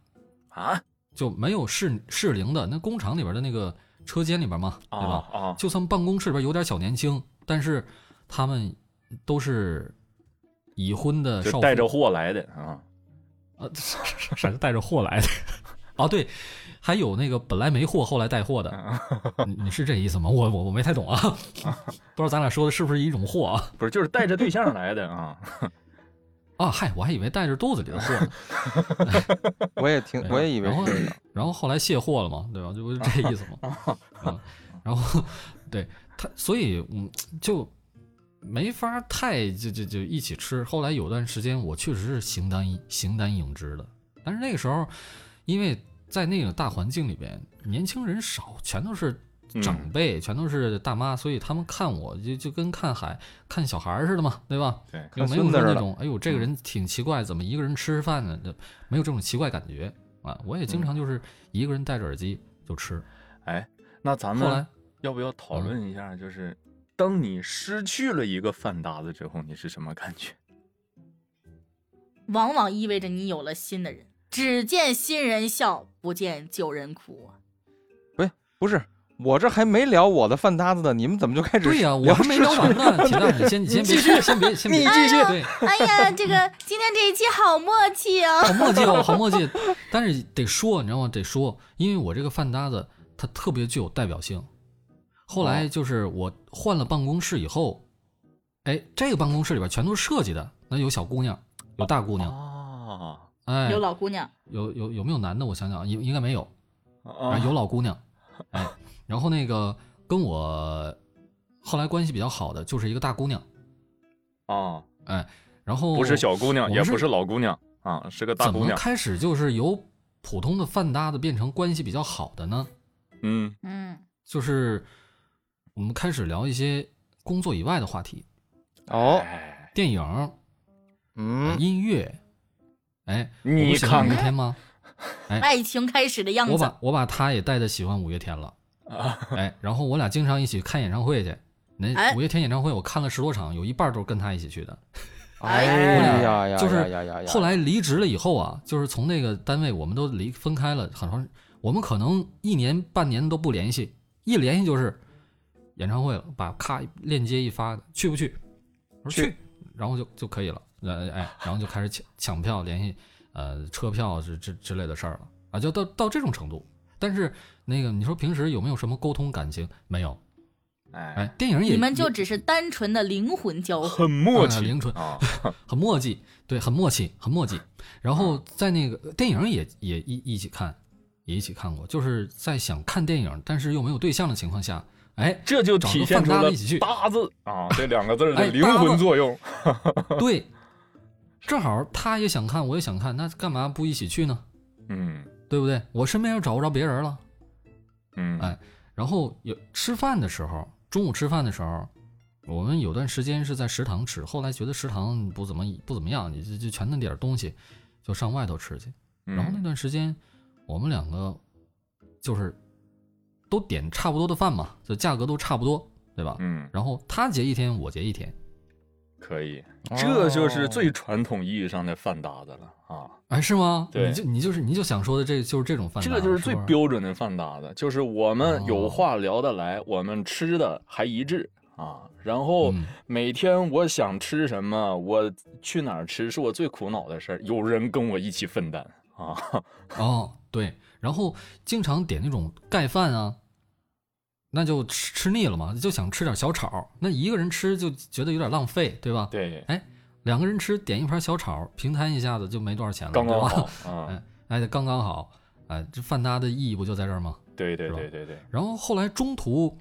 D: 啊
B: 就没有适适龄的。那工厂里边的那个车间里边嘛，对
D: 啊
B: 吧？
D: 啊！
B: 就算办公室里边有点小年轻，但是他们都是已婚的少
D: 就
B: 妇，
D: 带 着货来的啊，
B: 呃，啥叫带着货来的？哦，对，还有那个本来没货后来带货 的，你你是这意思吗？我我我没太懂啊， 不知道咱俩说的是不是一种货啊？
D: 不是就是带着对象来的啊。
B: 啊，嗨，我还以为带着肚子里的货呢。
A: 我也听，我也以为
B: 啊然后
A: 是这样。
B: 然后后来卸货了嘛，对吧？这不是这意思吗？啊，然后对他，所以嗯，就没法太就就就一起吃。后来有段时间我确实是形单影形单影只的，但是那个时候，因为在那个大环境里边，年轻人少，全都是长
D: 嗯
B: 辈，全都是大妈，所以他们看我就就跟看海看小孩儿似的嘛，对吧？
D: 对，
B: 又
A: 看
B: 没有
A: 孙子
B: 说
A: 似
B: 那
A: 的
B: 种，哎呦，这个人挺奇怪，怎么一个人吃饭呢？这没有这种奇怪感觉啊！我也经常就是一个人戴着耳机就吃。
D: 哎，那咱
B: 后
D: 们
B: 来嗯
D: 要不要讨论一下，就是当你失去了一个饭搭子之后，你是什么感觉？
C: 往往意味着你有了新的人，只见新人笑，不见旧人哭啊。
A: 不是，我这还没聊我的饭搭子呢，你们怎么就开始？
B: 对呀、我还没聊
A: 失去
B: 完呢，铁蛋，你先你先别，先别，先别，
A: 你继续
B: 对，
C: 哎呀，这个今天这一期好默契哦。
B: 好墨迹哦，好墨迹。但是得说，你知道吗？得说，因为我这个饭搭子他特别具有代表性。后来就是我换了办公室以后，哎，这个办公室里边全都是设计的，那有小姑娘，有大姑娘，
D: 啊
B: 哎，
C: 有老姑娘，
B: 有有有没有男的？我想想，应应该没有啊，
D: 啊
B: 有老姑娘，哎，然后那个跟我后来关系比较好的就是一个大姑娘，
D: 啊！
B: 哎，然后
D: 不是小姑娘，
B: 我们
D: 也
B: 是
D: 不是老姑娘啊，是个大
B: 怎
D: 姑
B: 么
D: 娘。
B: 开始就是由普通的饭搭子变成关系比较好的呢？
D: 嗯
C: 嗯，
B: 就是我们开始聊一些工作以外的话题，
A: 哦，
D: 哎，
B: 电影、
A: 嗯，
B: 音乐，哎，
D: 你
B: 我不喜
D: 看
B: 欢五月
D: 看
B: 天 吗？哎
C: 爱情开始的样
B: 我
C: 子
B: 把。我把他也带的喜欢五月天了。
D: 啊，
B: 哎，然后我俩经常一起看演唱会去。那
C: 哎
B: 五月天演唱会我看了十多场，有一半都是跟他一起去的。
A: 哎
C: 哎
A: 呀呀，
B: 就是
A: 呀呀呀呀！
B: 后来离职了以后啊，就是从那个单位我们都离分开了，很长，我们可能一年半年都不联系，一联系就是演唱会了，把咔链接一发，去不去？我说
A: 去
B: 去，然后就就可以了。呃哎，然后就开始抢抢票，联系呃车票之之之类的事儿了啊，就到到这种程度。但是那个你说平时有没有什么沟通感情？没有。哎
D: 哎，，
B: 电影也
C: 你们就
B: 也
C: 只是单纯的灵魂交汇，
D: 很默
B: 啊
D: 契，
B: 灵唇
D: 啊，
B: 很默契，对，很默契，很默契。然后在那个电影也也一一起看，也一起看过，就是在想看电影，但是又没有对象的情况下， 哎，
D: 这就
B: 找
D: 体
B: 个
D: 现
B: 饭
D: 出
B: 搭
D: 了
B: 子一起去
D: “搭”字 啊这两个字儿的
B: 哎
D: 灵
B: 搭
D: 魂
B: 子
D: 作用。
B: 对，正好他也想看，我也想看，那干嘛不一起去呢？
D: 嗯
B: 对不对？我身边又找不着别人了。
D: 嗯，
B: 哎然后有吃饭的时候，中午吃饭的时候，我们有段时间是在食堂吃，后来觉得食堂不怎么不怎么样，你就就全那点儿东西，就上外头吃去。然
D: 嗯
B: 后那段时间，我们两个就是都点差不多的饭嘛，就价格都差不多，对吧？
D: 嗯
B: 然后他结一天，我结一天，
D: 可以，这就是
A: 哦
D: 最传统意义上的饭搭子了啊！
B: 哎，是吗？
D: 对
B: 你就你就是你就想说的这就是这种饭搭子，
D: 这个就是最
B: 不
D: 标准的饭搭子，就是我们有
B: 哦
D: 话聊得来，我们吃的还一致啊。然后
B: 嗯
D: 每天我想吃什么，我去哪儿吃，是我最苦恼的事儿。有人跟我一起分担啊，
B: 哦，对，然后经常点那种盖饭啊，那就吃吃腻了嘛，就想吃点小炒。那一个人吃就觉得有点浪费，对吧？
D: 对，
B: 两个人吃点一盘小炒，平摊一下子就没多少钱了，
D: 刚刚
B: 对吧
D: 好啊，
B: 哎哎，刚刚好。哎，这饭搭的意义不就在这儿吗？
D: 对对
B: 是吧
D: 对对对，
B: 然后后来中途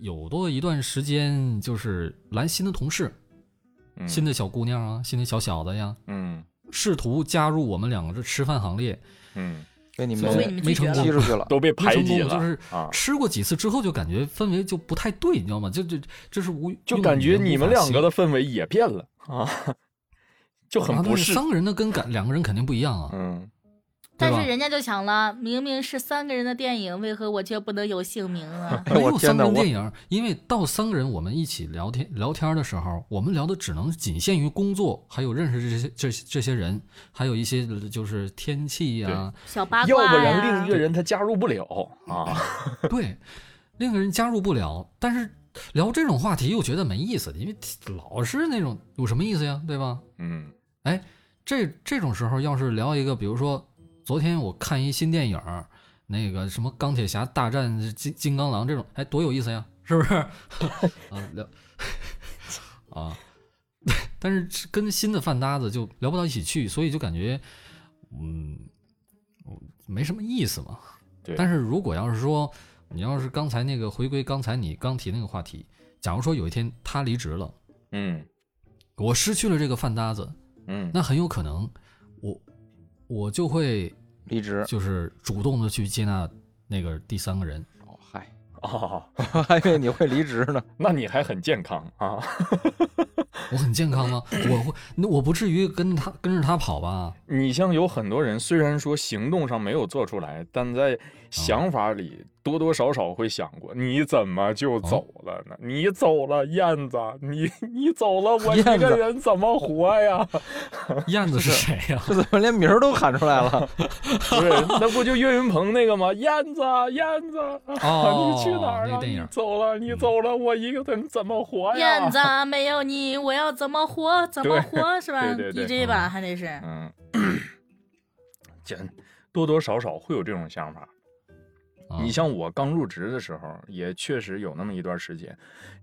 B: 有多一段时间，就是来新的同事，
D: 嗯
B: 新的小姑娘啊，新的小小子呀，
D: 嗯
B: 试图加入我们两个这吃饭行列，
D: 嗯，
A: 被你
C: 所
A: 们
C: 以被你们
B: 没
C: 拒绝
B: 成功
A: 踢。
C: 了
A: 出去了。
D: 都被排挤
B: 成功
D: 了，
B: 就是
D: 啊，
B: 吃过几次之后，就感觉氛围就不太对，你知道吗？就这这是无
D: 就感觉你们两个
B: 的
D: 的氛围也变了啊，就很
B: 啊
D: 不适，
B: 三个人的跟感两个人肯定不一样啊，
D: 嗯，
B: 对
C: 但
B: 吧
C: 是人家就想了，明明是三个人的电影，为何我却不能有姓名 啊？
B: 没
A: 哎我
B: 有
A: 天
B: 三
A: 哪
B: 个人
A: 我
B: 电影，因为到三个人我们一起聊天聊天的时候，我们聊的只能仅限于工作，还有认识这些这这些人，还有一些就是天气呀、
C: 小八
D: 要
C: 卦呀。
D: 不然另一个人他加入不了啊。
B: 对，另一个人加入不了，但是聊这种话题又觉得没意思，因为老是那种有什么意思呀，对吧？
D: 嗯
B: 这这种时候，要是聊一个，比如说昨天我看一新电影儿，那个什么钢铁侠大战金金刚狼这种，哎，多有意思呀，是不是？ 啊，聊 啊，但是跟新的饭搭子就聊不到一起去，所以就感觉，嗯，没什么意思嘛。
D: 对
B: 但是如果要是说你要是刚才那个回归刚才你刚提那个话题，假如说有一天他离职了，
D: 嗯
B: 我失去了这个饭搭子，
D: 嗯，
B: 那很有可能，我我就会
A: 离职。
B: 就是主动的去接纳那个第三个人。
A: 哦，嗨，
D: 哦，
A: 我还以为你会离职呢。
D: 那你还很健康啊？
B: 我很健康吗？我会，那我不至于跟他跟着他跑吧？
D: 你像有很多人，虽然说行动上没有做出来，但在
B: 啊
D: 想法里多多少少会想过，你怎么
B: 哦
D: 就走了呢？你走了，燕子，你你走了， 我一
A: 燕
D: 个
A: 子
D: 人怎么活呀？
B: 燕子是谁呀、
A: 这怎么连名儿都喊出来了？
D: 不是，那不就岳云鹏那个吗？燕子，燕子，啊
B: 哦
D: 你去哪儿
B: 那
D: 了？
B: 个电影嗯
D: 你走了，你走了，我一个人怎么活呀？
C: 燕子，啊没有你，我要怎么活？怎么活是吧
D: 对对对
B: 嗯
C: ？DJ 吧，还得是。
D: 嗯， 简多多少少会有这种想法。
B: 啊？
D: 你像我刚入职的时候，也确实有那么一段时间，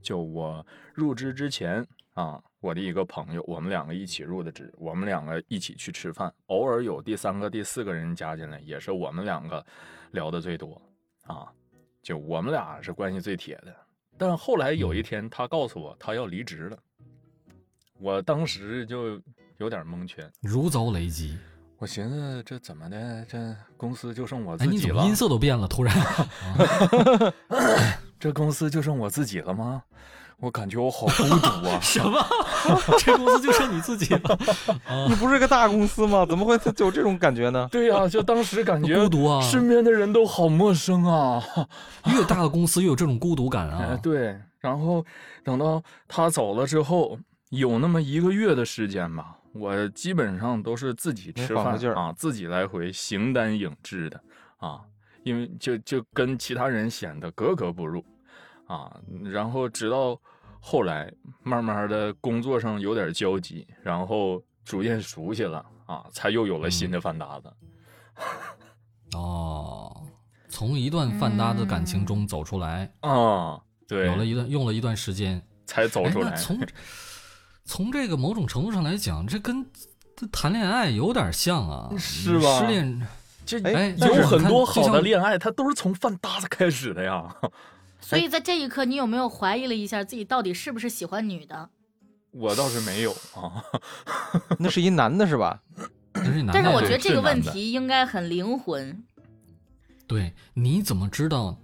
D: 就我入职之前啊，我的一个朋友，我们两个一起入的职，我们两个一起去吃饭，偶尔有第三个、第四个人加进来，也是我们两个聊的最多啊，就我们俩是关系最铁的。但后来有一天，他告诉我他要离职了，我当时就有点蒙圈，
B: 如遭雷击。
D: 我寻思这怎么的，这公司就剩我
B: 哎，
D: 自
B: 你
D: 己
B: 怎
D: 了。
B: 么音色都变了？突然， 啊、！
D: 这公司就剩我自己了吗？我感觉我好孤独 啊
B: 什么？这公司就剩你自己了？ 啊
A: 你，不是个大公司吗？怎么会有这种感觉呢？
D: 对呀、就当时感觉
B: 孤独啊！
D: 身边的人都好陌生啊。
B: 越大的公司越有这种孤独感
D: 哎
B: 啊。
D: 对，然后等到他走了之后，有那么一个月的时间吧，我基本上都是自己吃
A: 没缓
D: 饭
A: 过劲儿
D: 啊，自己来回形单影只的啊，因为就就跟其他人显得格格不入啊。然后直到后来，慢慢的工作上有点交集，然后逐渐熟悉了啊，才又有了
B: 嗯
D: 新的饭搭子。
B: 哦，从一段饭搭的感情
D: 嗯
B: 中走出来，
D: 啊，对，
B: 嗯有了一段用了一段时间，
D: 才走
B: 哎，
D: 出
B: 那
D: 来。
B: 从这从这个某种程度上来讲，这跟这谈恋爱有点像啊，
D: 是吧
B: 失恋，
D: 这
B: 哎，
D: 有
B: 但是
D: 很多
B: 你看
D: 好的，
B: 就像
D: 恋爱，它都是从饭搭子开始的呀。
C: 所以在这一刻，你有没有怀疑了一下自己到底是不是喜欢女的？
D: 我倒是没有啊，
A: 那是一男的是吧？
B: 但是你男
C: 但是
B: 的
C: 我
B: 呀
C: 觉得这个问
D: 是男
C: 题应该很灵魂，
B: 对，你怎么知道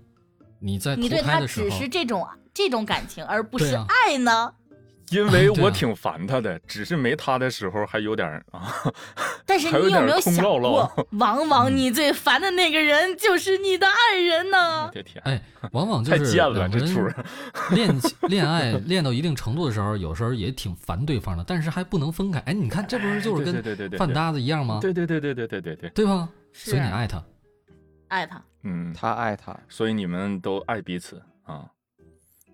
B: 你在
C: 你
B: 呃投
C: 对
B: 胎
C: 他
B: 的时
C: 只
B: 候
C: 是这种这种感情，而不
B: 对
C: 是
B: 啊
C: 爱呢？
D: 因为
B: 对啊
D: 我挺烦他的，只是没他的时候还有点儿啊，
C: 但是
D: 还有
C: 你有
D: 点
C: 没有
D: 空
C: 想
D: 落落
C: 过，往
B: 嗯
C: 往你最烦的那个人就是你的爱人呢
D: 我？的天，
B: 哎，往往就
D: 太
B: 是
D: 贱了
B: 两个
D: 这出
B: 人
D: 儿
B: 恋情恋爱练到一定程度的时候，有时候也挺烦对方的，但是还不能分开。哎，你看这不是就是
D: 对
B: 跟
D: 对对对对
B: 饭搭子一样吗？
D: 对对对对对对对对，
B: 对吧？所以你
C: 是啊
B: 爱他，
C: 爱他，
D: 嗯，
A: 他爱他，
D: 所以你们都爱彼此啊。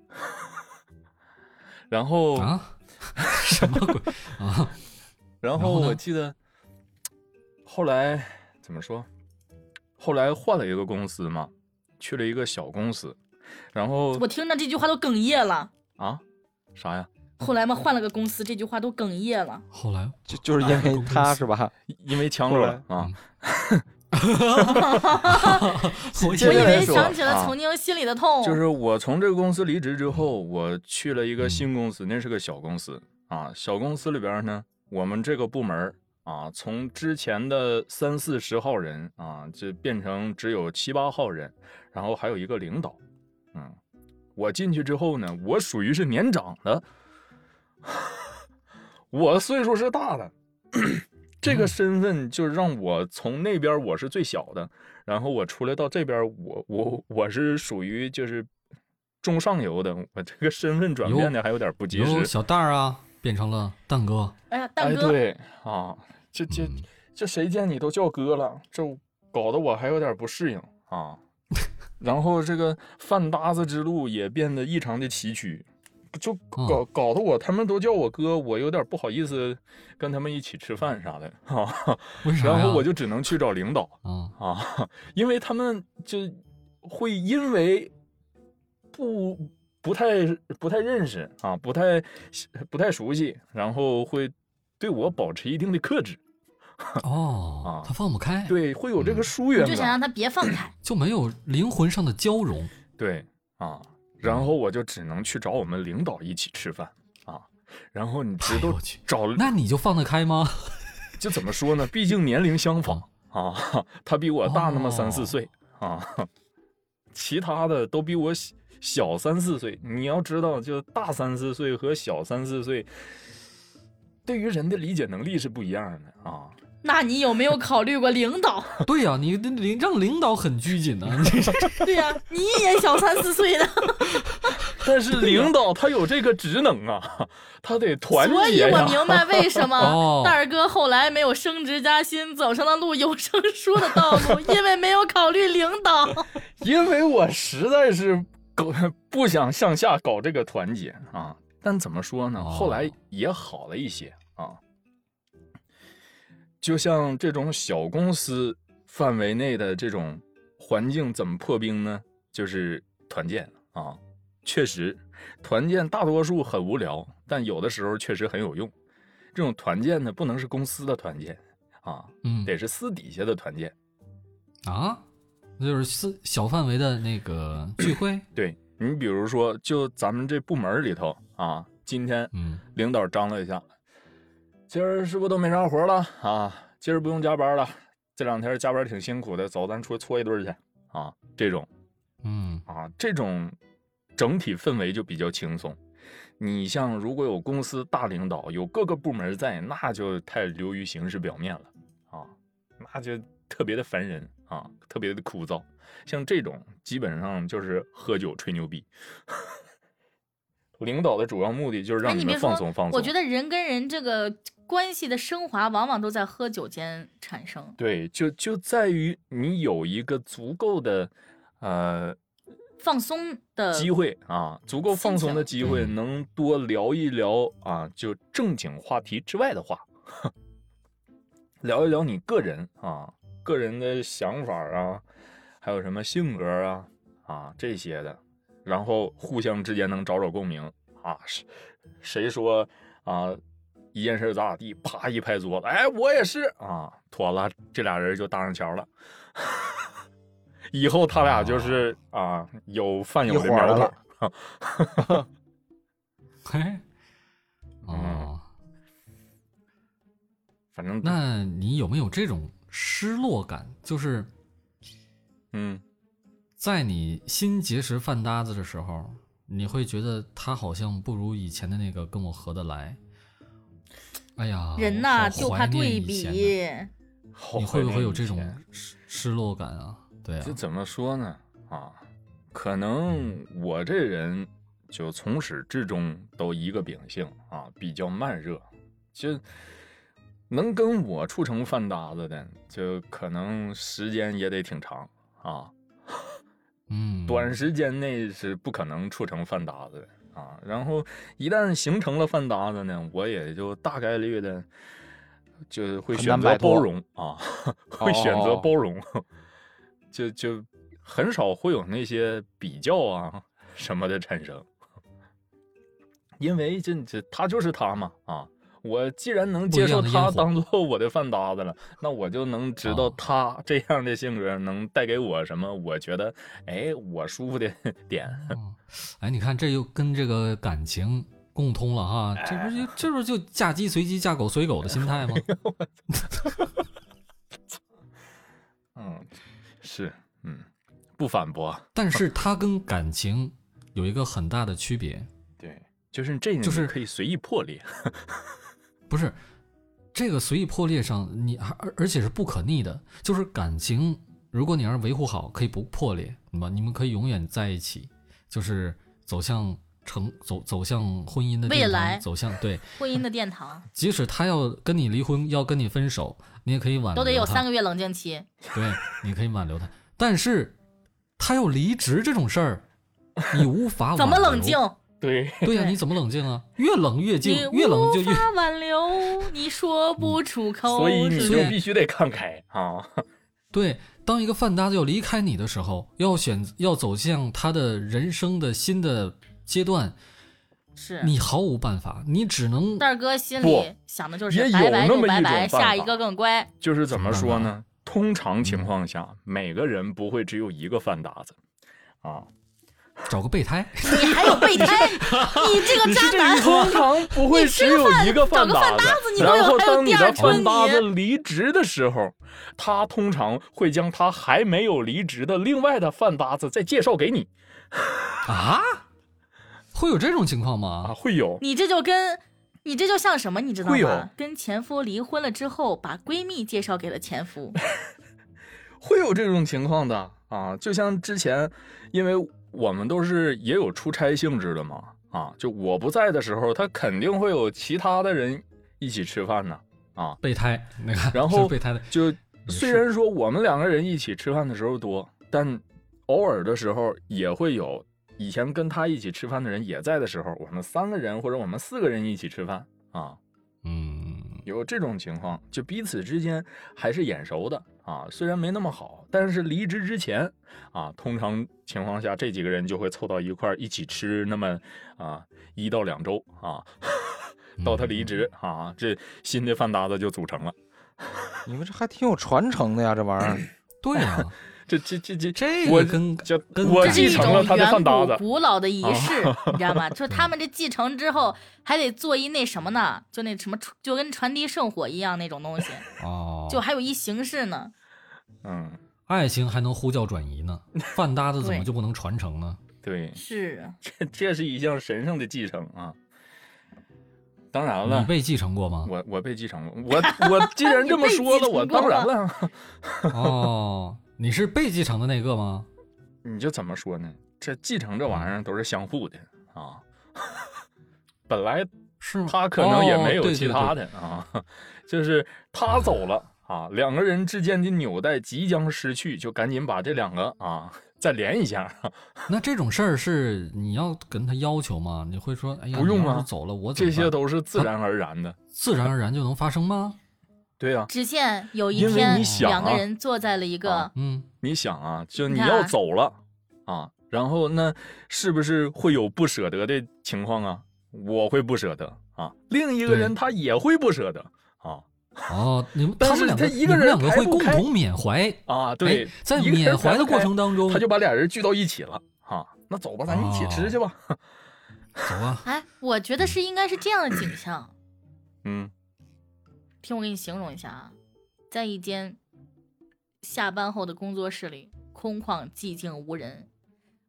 D: 然后，
B: 啊， 什么鬼啊？
D: 然
B: 然后
D: 后
B: 呢
D: 我记得后来怎么说？后来换了一个公司嘛，去了一个小公司，然后
C: 我听着这句话都哽咽了。
D: 啊，啥呀？
C: 后来嘛，换了个公司，这句话都哽咽了。
B: 后来
A: 就就是因为他是吧？
D: 因为强罗了
A: 后
D: 啊
B: 嗯，我以
D: 接
C: 我以
D: 着
C: 为
D: 说
C: 想起了
D: 啊
C: 曾经心里的痛，
D: 就是我从这个公司离职之后，我去了一个新公司，那是个小公司啊。小公司里边呢，我们这个部门儿啊，从之前的三四十号人啊，就变成只有七八号人，然后还有一个领导。嗯，我进去之后呢，我属于是年长的， 我岁数是大的。 这个身份就让我从那边我是最小的，然后我出来到这边儿，我我我是属于就是中上游的，我这个身份转
B: 哟
D: 变的还有点不及
B: 由
D: 时。
B: 小蛋儿啊变成了蛋哥，
C: 哎呀，蛋
D: 哎，
C: 哥，
D: 对啊，这这
B: 嗯
D: 这谁见你都叫哥了，这搞得我还有点不适应 啊。然后这个饭搭子之路也变得异常的崎岖，就
B: 嗯
D: 搞搞得我他们都叫我哥，我有点不好意思跟他们一起吃饭啥的啊。
B: 嗯为啥呀？
D: 然后我就只能去找领导。
B: 啊，
D: 啊，因为他们就会因为不不太不太认识啊，不太不太熟悉，然后会对我保持一定的克制，
B: 哦，
D: 啊
B: 他放不开，
D: 对，会有这个
B: 嗯
D: 疏
C: 你
D: 远
C: 就想
D: 感，
C: 让他别放开。
B: 就没有灵魂上的交融。
D: 对啊，然后我就只能去找我们领导一起吃饭啊，然后你知
B: 哎呦
D: 道
B: 我去
D: 找
B: 那你就放得开吗？
D: 就怎么说呢？毕竟年龄相仿啊，他比我大那么三
B: 哦
D: 四岁、啊，其他的都比我小小三四岁。你要知道，就大三四岁和小三四岁，对于人的理解能力是不一样的啊。
C: 那你有没有考虑过领导？
B: 对呀、你你你让领导很拘谨呢、你这
C: 对呀、你也小三四岁的，
D: 但是领导他有这个职能啊，他得团
C: 所以
D: 结
C: 我
D: 呀、
C: 明白为什
B: 哦
C: 么蛋儿哥后来没有升职加薪，走上了录有声书的道路，因为没有考虑领导。
D: 因为我实在是搞不想向下搞这个团结啊。但怎么说呢，
B: 哦
D: 后来也好了一些啊。就像这种小公司范围内的这种环境，怎么破冰呢？就是团建啊。确实，团建大多数很无聊，但有的时候确实很有用。这种团建呢，不能是公司的团建啊，
B: 嗯
D: 得是私底下的团建。
B: 啊，那就是私小范围的那个聚会。
D: 对你比如说，就咱们这部门里头啊，今天
B: 嗯，
D: 领导张罗一下，今儿是不是都没啥活了啊？今儿不用加班了，这两天加班挺辛苦的，走，咱出去搓一顿去啊！这种
B: 嗯，
D: 啊，这种整体氛围就比较轻松。你像如果有公司大领导，有各个部门在，那就太流于形式表面了啊，那就特别的烦人啊，特别的枯燥。像这种基本上就是喝酒吹牛逼。 领导的主要目的就是
C: 哎，
D: 让你
C: 别
D: 们
C: 说
D: 放松放，松。
C: 我觉得人跟人这个关系的升华，往往都在喝酒间产生。
D: 对，就就在于你有一个足够的呃
C: 放松的
D: 机会啊，足够放松的机会，
B: 嗯
D: 能多聊一聊啊，就正经话题之外的话， 聊一聊你个人啊，个人的想法啊，还有什么性格啊啊这些的，然后互相之间能找找共鸣啊，谁谁说啊一件事咋咋地，啪一拍桌子，哎，我也是啊，妥了，这俩人就搭上桥了。 以后他俩就是啊，有饭友的
A: 一伙儿
D: 苗
A: 的
D: 头
A: 了
D: 儿。
B: 嘿，
D: 嗯
B: 哦，
D: 反正
B: 那你有没有这种失落感？就是
D: 嗯
B: 在你新结识饭搭子的时候，你会觉得他好像不如以前的那个跟我合得来。哎呀，
D: 哦
C: 人呐，
B: 好
C: 就
B: 怀
C: 怕
B: 念
C: 对
B: 以前的
C: 比。
D: 好
B: 你会不
D: 怀
B: 会
D: 念
B: 有
D: 以
B: 这种
D: 前
B: 失失落感啊？对啊
D: 这，怎么说呢？啊，可能我这人就从始至终都一个秉性啊，比较慢热，就能跟我处成饭搭子的，就可能时间也得挺长啊，
B: 嗯，
D: 短时间内是不可能处成饭搭子的啊。然后一旦形成了饭搭子呢，我也就大概率的就会
A: 很
D: 选
A: 难
D: 择
A: 摆脱
D: 包容啊， 会选择
B: 哦
D: 包容， 就就很少会有那些比较啊什么的产生，因为这这他就是他嘛啊。我既然能接受
B: 不一样的烟
D: 他
B: 火
D: 当做我的饭搭子了，那我就能知道
B: 啊
D: 他这样的性格能带给我什么，我觉得哎我舒服的 点。
B: 嗯，哎，你看这又跟这个感情共通了哈，这不是就这不是就嫁鸡随鸡，嫁狗随狗的心态吗？
D: 哎嗯，是，嗯，不反驳。
B: 但是它跟感情有一个很大的区别，
D: 对，就是这，
B: 就是
D: 可以随意破裂。
B: 不是这个随意破裂上，你而而且是不可逆的，就是感情，如果你要是维护好，可以不破裂，那么你们可以永远在一起，就是走向成走走向婚姻的
C: 未
B: 殿堂
C: 来
B: 走向对，
C: 婚姻的殿 堂
B: 即使他要跟你离婚，要跟你分手，你也可以挽留
C: 都得
D: 啊
C: 有
B: 他
C: 三个月冷静期。
B: 对，你可以挽留他，但是他要离职这种事儿，你无法
C: 怎么
B: 挽
C: 冷
B: 留
C: 静？？
D: 对，
B: 对呀、
C: 对
B: 你怎么冷静啊？越冷越静
C: 你，
B: 越冷就
C: 无
B: 越
C: 法挽留，你说不出口。
D: 所以你
C: 哦是
D: 就
C: 吧
D: 必须得看开 啊。
B: 对。当一个饭搭子要离开你的时候，要选要走向他的人生的新的阶段，
C: 是
B: 你毫无办法，你只能
C: 蛋儿哥心
D: 不
C: 里想的就是
D: 也
C: 拜
D: 有
C: 拜
D: 那
C: 就
D: 么
C: 拜
D: 一
C: 拜，
D: 种办
C: 下一
D: 法
C: 个更乖。
D: 就是怎么说
B: 怎么
D: 呢？通常情况下，每个人不会只有一个饭搭子啊。
B: 找个备胎。
C: 你还有备胎，你这个渣男，
D: 通常不会只有一个
C: 你吃饭找
D: 饭搭
C: 个饭搭子你都有
D: 然后当你
C: 还有
D: 的
C: 第二春
D: 饭
C: 你
D: 搭子离职的时候，他通常会将他还没有离职的另外的饭搭子再介绍给你
B: 啊？会有这种情况吗？
D: 啊，会有
C: 你这就跟你这就像什么，你知道
D: 会有
C: 吗？跟前夫离婚了之后，把闺蜜介绍给了前 夫，
D: 会有这种情况的啊。就像之前，因为我们都是也有出差性质的嘛，啊，就我不在的时候，他肯定会有其他的人一起吃饭呢，啊，
B: 备胎，那个
D: 然
B: 是
D: 后
B: 备胎的，
D: 就
B: 也
D: 虽
B: 是
D: 然说我们两个人一起吃饭的时候多，但偶尔的时候也会有以前跟他一起吃饭的人也在的时候，我们三个人或者我们四个人一起吃饭啊，
B: 嗯，
D: 有这种情况，就彼此之间还是眼熟的啊。虽然没那么好，但是离职之前啊，通常情况下这几个人就会凑到一块儿一起吃那么啊一到两周啊， 到他
B: 嗯
D: 离职啊，这新的饭搭子就组成了。
A: 你们这还挺有传承的呀，这玩意 儿。
B: 对 呀、
D: 这这这这
B: 这个
D: 我
B: 跟
D: 就
B: 跟
D: 我
C: 这是
D: 继
C: 一
D: 承了
C: 种
D: 他的啊饭
C: 远
D: 搭子
C: 古，古老的仪式， 你知道吗？就是他们这继承之后，还得做一那什么呢？就那什么，就跟传递圣火一样那种 东西，
B: 哦，
C: 就还有一形式呢。
D: 嗯，
B: 爱情还能呼叫转移 呢，饭搭子怎么就不能传承呢？
D: 对，
C: 是，
D: 这 这是一项神圣的继承啊。当然
B: 你
D: 了，
B: 被继承过吗？
D: 我我被继承了，我我既然这么
C: 你被继
D: 说了，
C: 承
D: 我
C: 过
D: 当然
C: 吗
D: 了，
B: 哦，你是被继承的那个吗？
D: 你就怎么说呢？这继承这玩意儿都是相互的啊。本来
B: 是吗？
D: 他可能也没
B: 哦
D: 有
B: 对
D: 其
B: 对
D: 他
B: 对
D: 的啊， 就是他走了啊，两个人之间的纽带即将失去，就赶紧把这两个啊再连一下。
B: 那这种事儿是你要跟他要求吗？你会说，哎呀，
D: 不用啊
B: 你要是走了，我怎
D: 这
B: 么办
D: 些都是自然而然的。
B: 自然而然就能发生吗？
D: 对啊呀、
C: 只见有一
D: 因为
C: 天
D: 你，想
C: 两个
D: 啊
C: 人坐在了一个
D: 啊
B: 嗯，
D: 你想啊，就
C: 你
D: 你
C: 看
D: 要
C: 啊
D: 走了啊，然后那是不是会有不舍得的情况啊？我会不舍得啊，另一个
B: 对
D: 人他也会不舍得啊
B: 哦，你们
D: 但
B: 他
D: 是
B: 们两个，
D: 他一个人
B: 你们两个会共
D: 排不
B: 同缅怀。
D: 啊！
B: 哎
D: 对，
B: 在
D: 一个人
B: 缅怀
D: 排
B: 的
D: 不
B: 过
D: 开
B: 程当中，哦
D: 他就把俩人聚到一起了啊。那走吧，咱一起吃去吧。
B: 走啊，
C: 哎，我觉得是应该是这样的景象，
D: 嗯
C: 听我给你形容一下啊，在一间下班后的工作室里，空旷、寂静、无人，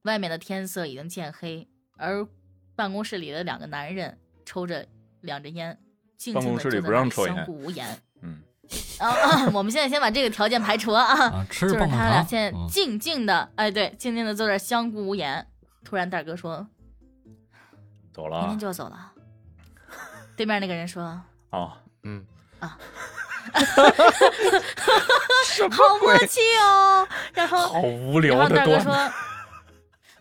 C: 外面的天色已经渐黑，而办公室里的两个男人抽着两支烟，静
D: 办
C: 静
D: 公
C: 的
D: 室里
C: 就在
D: 不
C: 那
D: 让
C: 里
D: 抽烟
C: 相顾无言。
D: 嗯，
C: 啊啊！我们现在先把这个条件排除啊，
B: 啊，吃
C: 就是
B: 棒棒
C: 他俩
B: 糖，
C: 现在
B: 嗯
C: 静静的，哎，对，静静的坐这儿相顾无言。突然，大哥说：“
D: 走了
C: 明
D: 啊
C: 天就要走 了。”对面那个人说哦
D: 啊，
E: 嗯，：“
C: 好默契哦。”然后，
D: 好无
C: 然
D: 聊
C: 后
D: 的
C: 大哥
D: 段
C: 说
D: 子，：“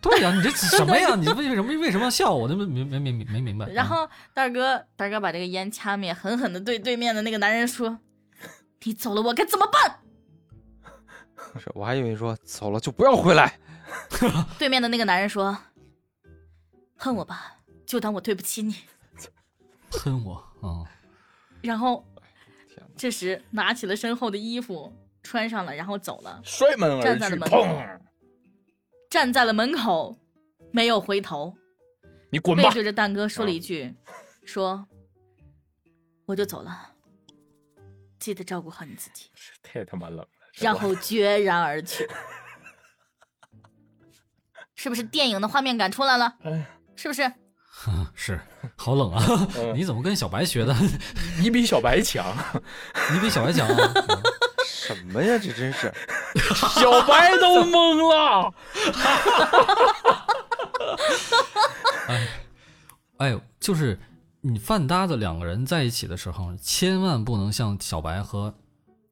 B: 对呀、你这 什么呀？你为什么为什么要笑我？我都没没没没没明白。啊
C: 然后大哥，大哥把这个烟掐灭，狠狠的对对面的那个男人说：“你走了，我该怎么办
A: 是我还以为说走了就不要回来，？”
C: 对面的那个男人说：“恨我吧，就当我对不起你。
B: 喷我啊，”
C: 然后
A: 天哪，
C: 这时拿起了身后的衣服，穿上了，然后走了，
D: 摔门而
C: 站
D: 去
C: 在了，门口
D: 砰！
C: 站在了门口，没有回头，
D: 你滚
C: 背
D: 吧！
C: 对着蛋哥说
B: 嗯
C: 了一句：“说我就走了，记得照顾好你自己。”
D: 太他妈冷了，这
C: 然
D: 段
C: 后决然而去。是不是电影的画面感出来了？
D: 哎
C: 是不是？
B: 啊是好冷啊！
D: 嗯
B: 你怎么跟小白学的？
D: 你比小白 强，
B: 你比小白强啊！嗯
A: 什么呀？这真是，
D: 小白都懵了。
B: 哎，就是你饭搭子两个人在一起的时候，千万不能像小白和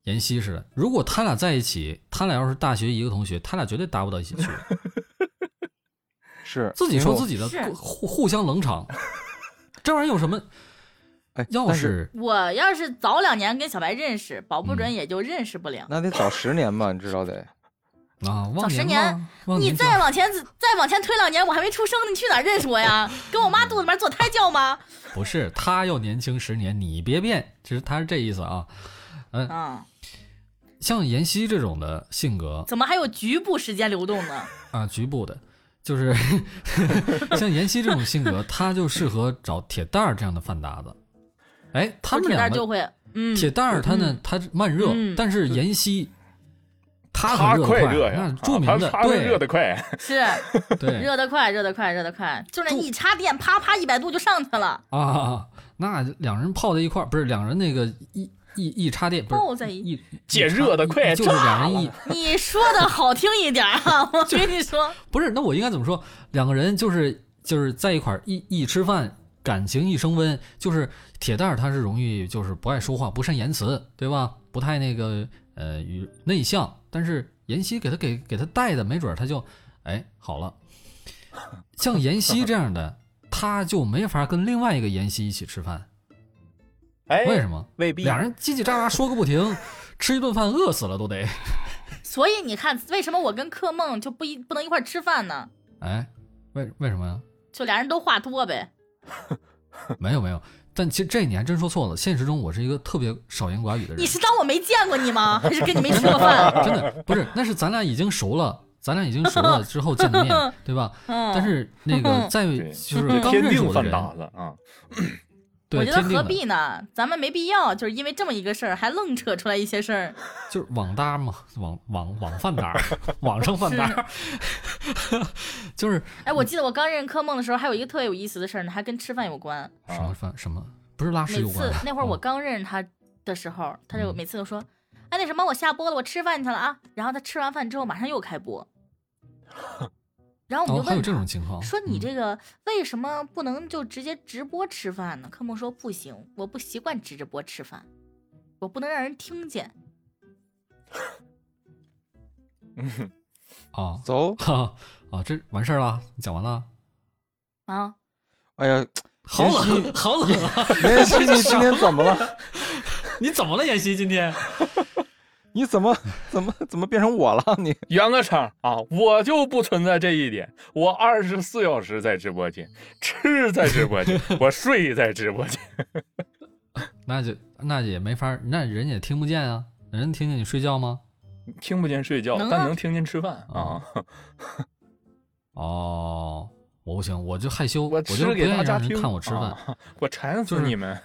B: 妍希似的。如果他俩在一起，他俩要是大学一个同学，他俩绝对搭不到一起 去，
A: 是
B: 自己
A: 因为
B: 说
A: 我
B: 自己的
C: 是，
B: 互互相冷场，这玩意儿有什么？
A: 哎，
B: 要
A: 但
B: 是
C: 我要是早两年跟小白认识，保不准
B: 嗯
C: 也就认识不了。
A: 那得早十年吧，你知道得。
B: 啊，
C: 早
B: 忘
C: 十
B: 年
C: 年
B: 忘忘
C: 你
B: 年
C: 再
B: 交
C: 往前再往前推两年，我还没出生呢，你去哪儿认识我呀？跟我妈肚子里面做胎 教吗？
B: 不是他要年轻十年，你别变，其实他是这意思啊。
C: 啊，
B: 像妍希这种的性格，
C: 怎么还有局部时间流动呢？
B: 啊，局部的，就是 像妍希这种性格，她就适合找铁蛋儿这样的饭搭子。哎，他们
C: 我铁蛋
B: 两
C: 儿就
B: 个
C: 会，嗯，
B: 铁蛋儿，他呢，他慢热
C: 嗯，
B: 但是妍希她
D: 他
B: 很热
D: 快
B: 得
D: 热
B: 快，
D: 呀
B: 那，
D: 啊
B: 著名的
D: 他他热得
B: 对
D: 快，
C: 是
B: 对
C: 热得快，热得快，热得快，就那一插电，啪啪一百度就上去了，
B: 啊，那两人泡在一块儿，不是两人那个一一一插电，
C: 抱
B: 不
C: 在
B: 是
C: 一
B: 一
D: 姐
B: 一插
D: 热得快
B: 就是两人
D: 炸
B: 一
C: 你说的好听一点儿 啊，我跟你说，
B: 不是，那我应该怎么说？两个人就是就是在一块儿一一吃饭，感情一升温。就是铁蛋儿他是容易就是不爱说话，不善言辞，对吧？不太那个呃与内向，但是妍希给他给给他带的，没准儿他就哎好了。像妍希这样的，他就没法跟另外一个妍希一起吃饭，
E: 哎，
B: 为什么？
E: 未必，
B: 俩人叽叽喳喳说个不停，吃一顿饭饿死了都得。
C: 所以你看，为什么我跟柯梦就不一不能一块儿吃饭呢？
B: 哎，为为什么呀？
C: 就俩人都话多呗。
B: 没有没有，但其实这你还真说错了。现实中我是一个特别少言寡语的人
C: 你，是当我没见过 你吗？还是跟你没吃过饭？
B: 真的不是，那是咱俩已经熟了，咱俩已经熟了之后见的 面，对吧？
C: 嗯，
B: 但是那个在
D: 对
B: 就是
D: 这
B: 刚
D: 天
B: 认识
D: 定
B: 我的
D: 饭
B: 人，
D: 搭子啊！
B: 对
C: 我觉得
B: 天定
C: 何
B: 的，
C: 必呢？咱们没必要，就是因为这么一个事儿，还愣扯出来一些事儿。
B: 就是网搭嘛，网网网饭搭， 网上饭搭， 就是
C: 哎，我记得我刚认识柯梦的时候，还有一个特别有意思的事儿呢，还跟吃饭有关。
B: 什么饭什么不是拉
C: 每
B: 屎有关
C: 次
B: 的。
C: 那会儿我
B: 嗯
C: 刚认识他的时候，他就
B: 嗯
C: 每次都说：“哎，那什么，我下播了，我吃饭去了啊。”然后他吃完饭之后，马上又 开播。然后我
B: 哦，
C: 们就
B: 还有
C: 问
B: 这
C: 他
B: 种情况，
C: 说你
B: 嗯
C: 这个为什么不能就直接直播吃饭呢？科梦说不行，我不习惯直着播吃饭，我不能让人听见。
B: 啊
A: 走，
B: 哈啊，这完事儿了，你讲完了，
C: 啊，
A: 哎呀，
B: 好冷， 好冷啊！
A: 妍希，你今天怎么了？
B: 你怎么了，妍希？今天
A: 你怎么怎么怎么变成我了？你
D: 圆个场啊！我就不存在这一点，我二十四小时在直播间，吃在直 播间，我睡在直播间。
B: 那就那也没法儿，那人也听不见啊，人听见你睡觉吗？
D: 听不见睡觉，
C: 能啊
D: 但能听见吃饭啊！
B: 哦，我不行，我就害羞，我
D: 吃
B: 就不
D: 给
B: 愿
D: 大
B: 意
D: 家
B: 让人
D: 听，
B: 看我吃饭，
D: 啊我馋死
B: 就是
D: 你们。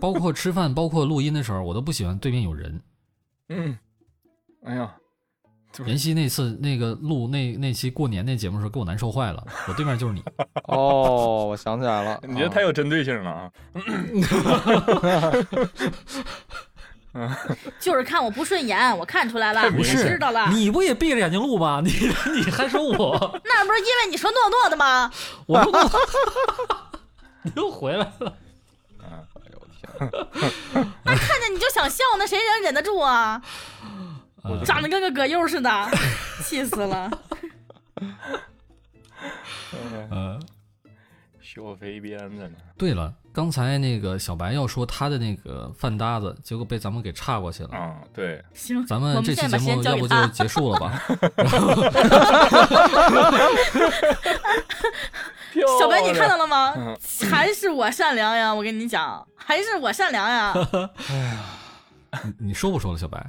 B: 包括吃 饭，包括录音的时候，我都不喜欢对面有人。
D: 嗯，哎呀，就是
B: 妍希那次那个录那那期过年那节目的时候，给我难受坏了。我对面就是你，
A: 哦，我想起来了，
D: 你这太有针对性了啊！
C: 就是看我不顺眼，我看出来了，
D: 太
C: 我
D: 明显
C: 知道了。
B: 你不也闭着眼睛录吗？你你还说我，
C: 那不是因为你说诺诺的吗？
B: 我说我， 你又回来了。
A: 哎呦我天，
C: 看见你就想笑，那谁能忍得住啊？
B: 呃
C: 长得跟个葛优似的， 气死了！
B: 呃，
D: 小肥鞭子呢？
B: 对了，刚才那个小白要说他的那个饭搭子，结果被咱们给岔过去了。
D: 啊，对，
C: 行，
B: 咱
C: 我
B: 们这
C: 现
B: 期
C: 在
B: 节
C: 把时
B: 目要
C: 间交给
B: 不
C: 他
B: 就。结束 了吧？
C: 小白，你看到
D: 了？
C: 了吗
D: 嗯？
C: 还是我善良呀！我跟你讲，还是我善 良呀！
B: 你你说不说了，小白？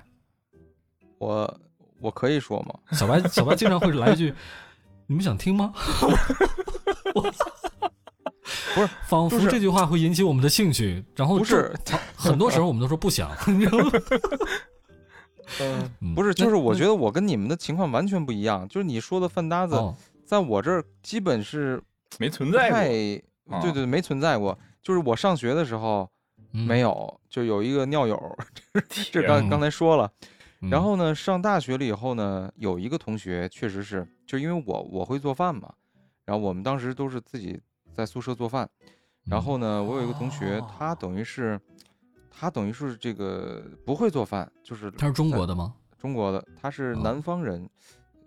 A: 我我可以说吗？
B: 小白小白经常会来一句：“你们想听吗？” 不是，仿佛
A: 就是
B: 这句话会引起我们的兴趣，然后
A: 不，
B: 就是 很多时候我们都说不想，你知道吗？嗯
A: 不是，就是我觉
B: 得
A: 得我跟你们的情况完全不一样，就是你说的饭搭子，
B: 哦，
A: 在我这儿基本是
D: 没存
A: 不
D: 在
A: 太，
D: 过，
A: 对
D: 啊
A: 对对，没存在过。就是我上学的时候
B: 嗯
A: 没，有，就有一个尿友儿，这
D: 天
A: 刚
B: 哪
A: 刚才说了。
B: 嗯
A: 然后呢，上大学了以后呢，有一个同学确实是，就因为我我会做饭嘛，然后我们当时都是自己在宿舍做饭。
B: 嗯
A: 然后呢，我有一个同学，
D: 哦
A: 他等于是，他等于是这个不会做饭，就是
B: 他是中
A: 在
B: 国的吗？
A: 中国的，他是
B: 哦
A: 南方人，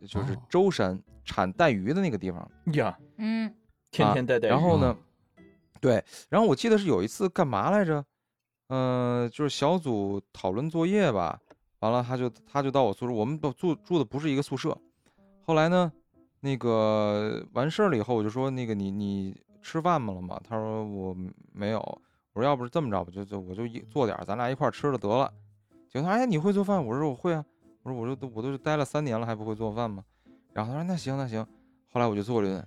A: 就是
B: 哦
A: 舟山产带鱼的那个地方。
D: 呀，
C: 嗯，
D: 天
B: 啊
D: 天带带鱼，
A: 然后
B: 鱼
A: 呢，对，然后我记得是有一次干嘛来着？呃，就是小组讨论作业吧。完了，他就他就到我宿舍，我们不住住的不是一个宿舍。后来呢，那个完事儿了以后，我就说那个你你吃饭吗了吗？他说我没有。我说要不是这么着吧，就就我就一做点儿，咱俩一块儿吃了得了。结果他说哎你会做饭？我说我会啊。我说我就都我都是待了三年了还不会做饭吗？然后他说那行那行。后来我就做了一顿，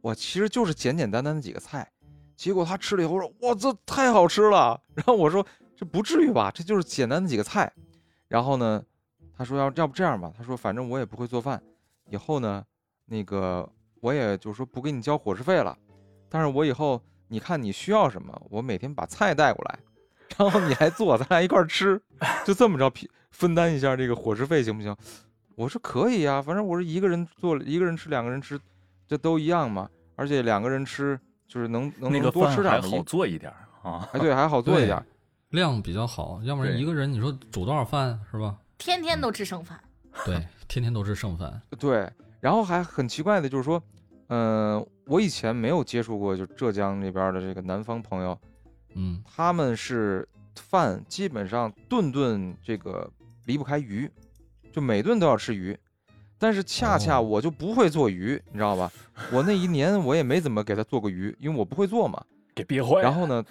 A: 我其实就是简简单单的几个菜，结果他吃了以后说：“哇，这太好吃了！”然后我说：“这不至于吧？这就是简单的几个菜。”然后呢，他说要：“要不这样吧？”他说：“反正我也不会做饭，以后呢，那个我也就是说不给你交伙食费了，但是我以后你看你需要什么，我每天把菜带过来，然后你来做，咱俩一块儿吃，就这么着平分担一下这个伙食费行不行？”我说可以呀、反正我是一个人做，一个人吃，两个人吃，这都一样嘛。而且两个人吃就是能能
D: 那
A: 能
D: 个
A: 多
D: 饭
A: 吃点
D: 还
A: 嘛
D: 好做一点儿啊，
A: 哎，对，还好做一
B: 对
A: 点儿。
B: 量比较好，要不然
D: 对
B: 一个人你说煮多少饭是吧？
C: 天天都吃剩饭，
B: 对，天天都吃剩饭，
A: 对，然后还很奇怪的就是说，嗯、我以前没有接触过，就浙江这边儿的这个南方朋友，
B: 嗯
A: 他们是饭基本上顿顿这个离不开鱼，就每顿都要吃鱼。但是恰恰
B: 哦
A: 我就不会做鱼，你知道吧？我那一年我也没怎么给他做过鱼，因为我不会做嘛。
D: 给憋坏了。
A: 然后呢，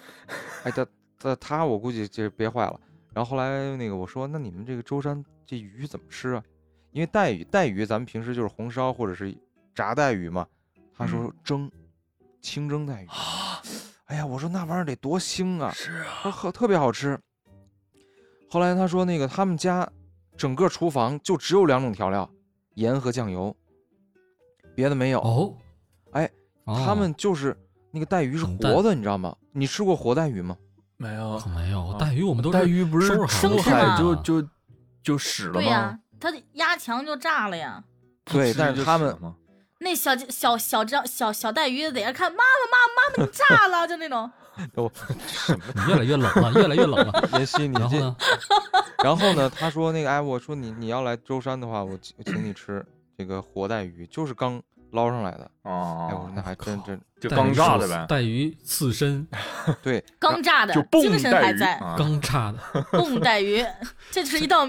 A: 哎，他他他，我估计这憋坏了。然后后来那个我说，那你们这个舟山这鱼怎么吃啊？因为带鱼，带鱼咱们平时就是红烧或者是炸带鱼嘛。他说
D: 嗯啊
A: 蒸，清蒸带鱼。哎呀，我说那玩意儿得多腥啊！
D: 是啊，
A: 他说特别好吃。后来他说那个他们家整个厨房就只有两种调料，盐和酱油，别的没有。
B: 哦，
A: 哎
B: 哦，
A: 他们就是那个带鱼是
B: 很淡
A: 活的，你知道吗？你吃过活带鱼 吗？
D: 没有
B: 可没有
A: 哦
D: 啊
B: 带鱼，我们都是
D: 带鱼不是
B: 收拾好
D: 出
B: 了
C: 生吃
D: 海
C: 吗
D: 就就就屎了
C: 对
D: 吗
C: 呀？，他压强就炸了呀。
D: 不
A: 对
D: 吃
A: 但是
D: 就
A: 他
D: 屎
A: 们
D: 了吗
C: 那小小小张小小带鱼在那看妈妈妈妈妈你炸了，就那 种
B: 你越来越冷了，越来越冷了。
A: 妍希，你
B: 然后
A: 这
B: 呢？
A: 然后呢？他说那个，哎，我说你你要来舟山的话，我请我请你吃这个活带鱼，就是刚捞上来的。哎，我说那
D: 哦，
A: 还真真
D: 就
B: 带
D: 刚
B: 鱼手
D: 炸的呗，
B: 带鱼刺身，
A: 对，
C: 刚炸的
D: 就，
C: 精
D: 蹦
C: 神
D: 带
C: 还
D: 鱼
C: 在。
D: 啊，
B: 刚炸的，
C: 蹦带 鱼，这就是一道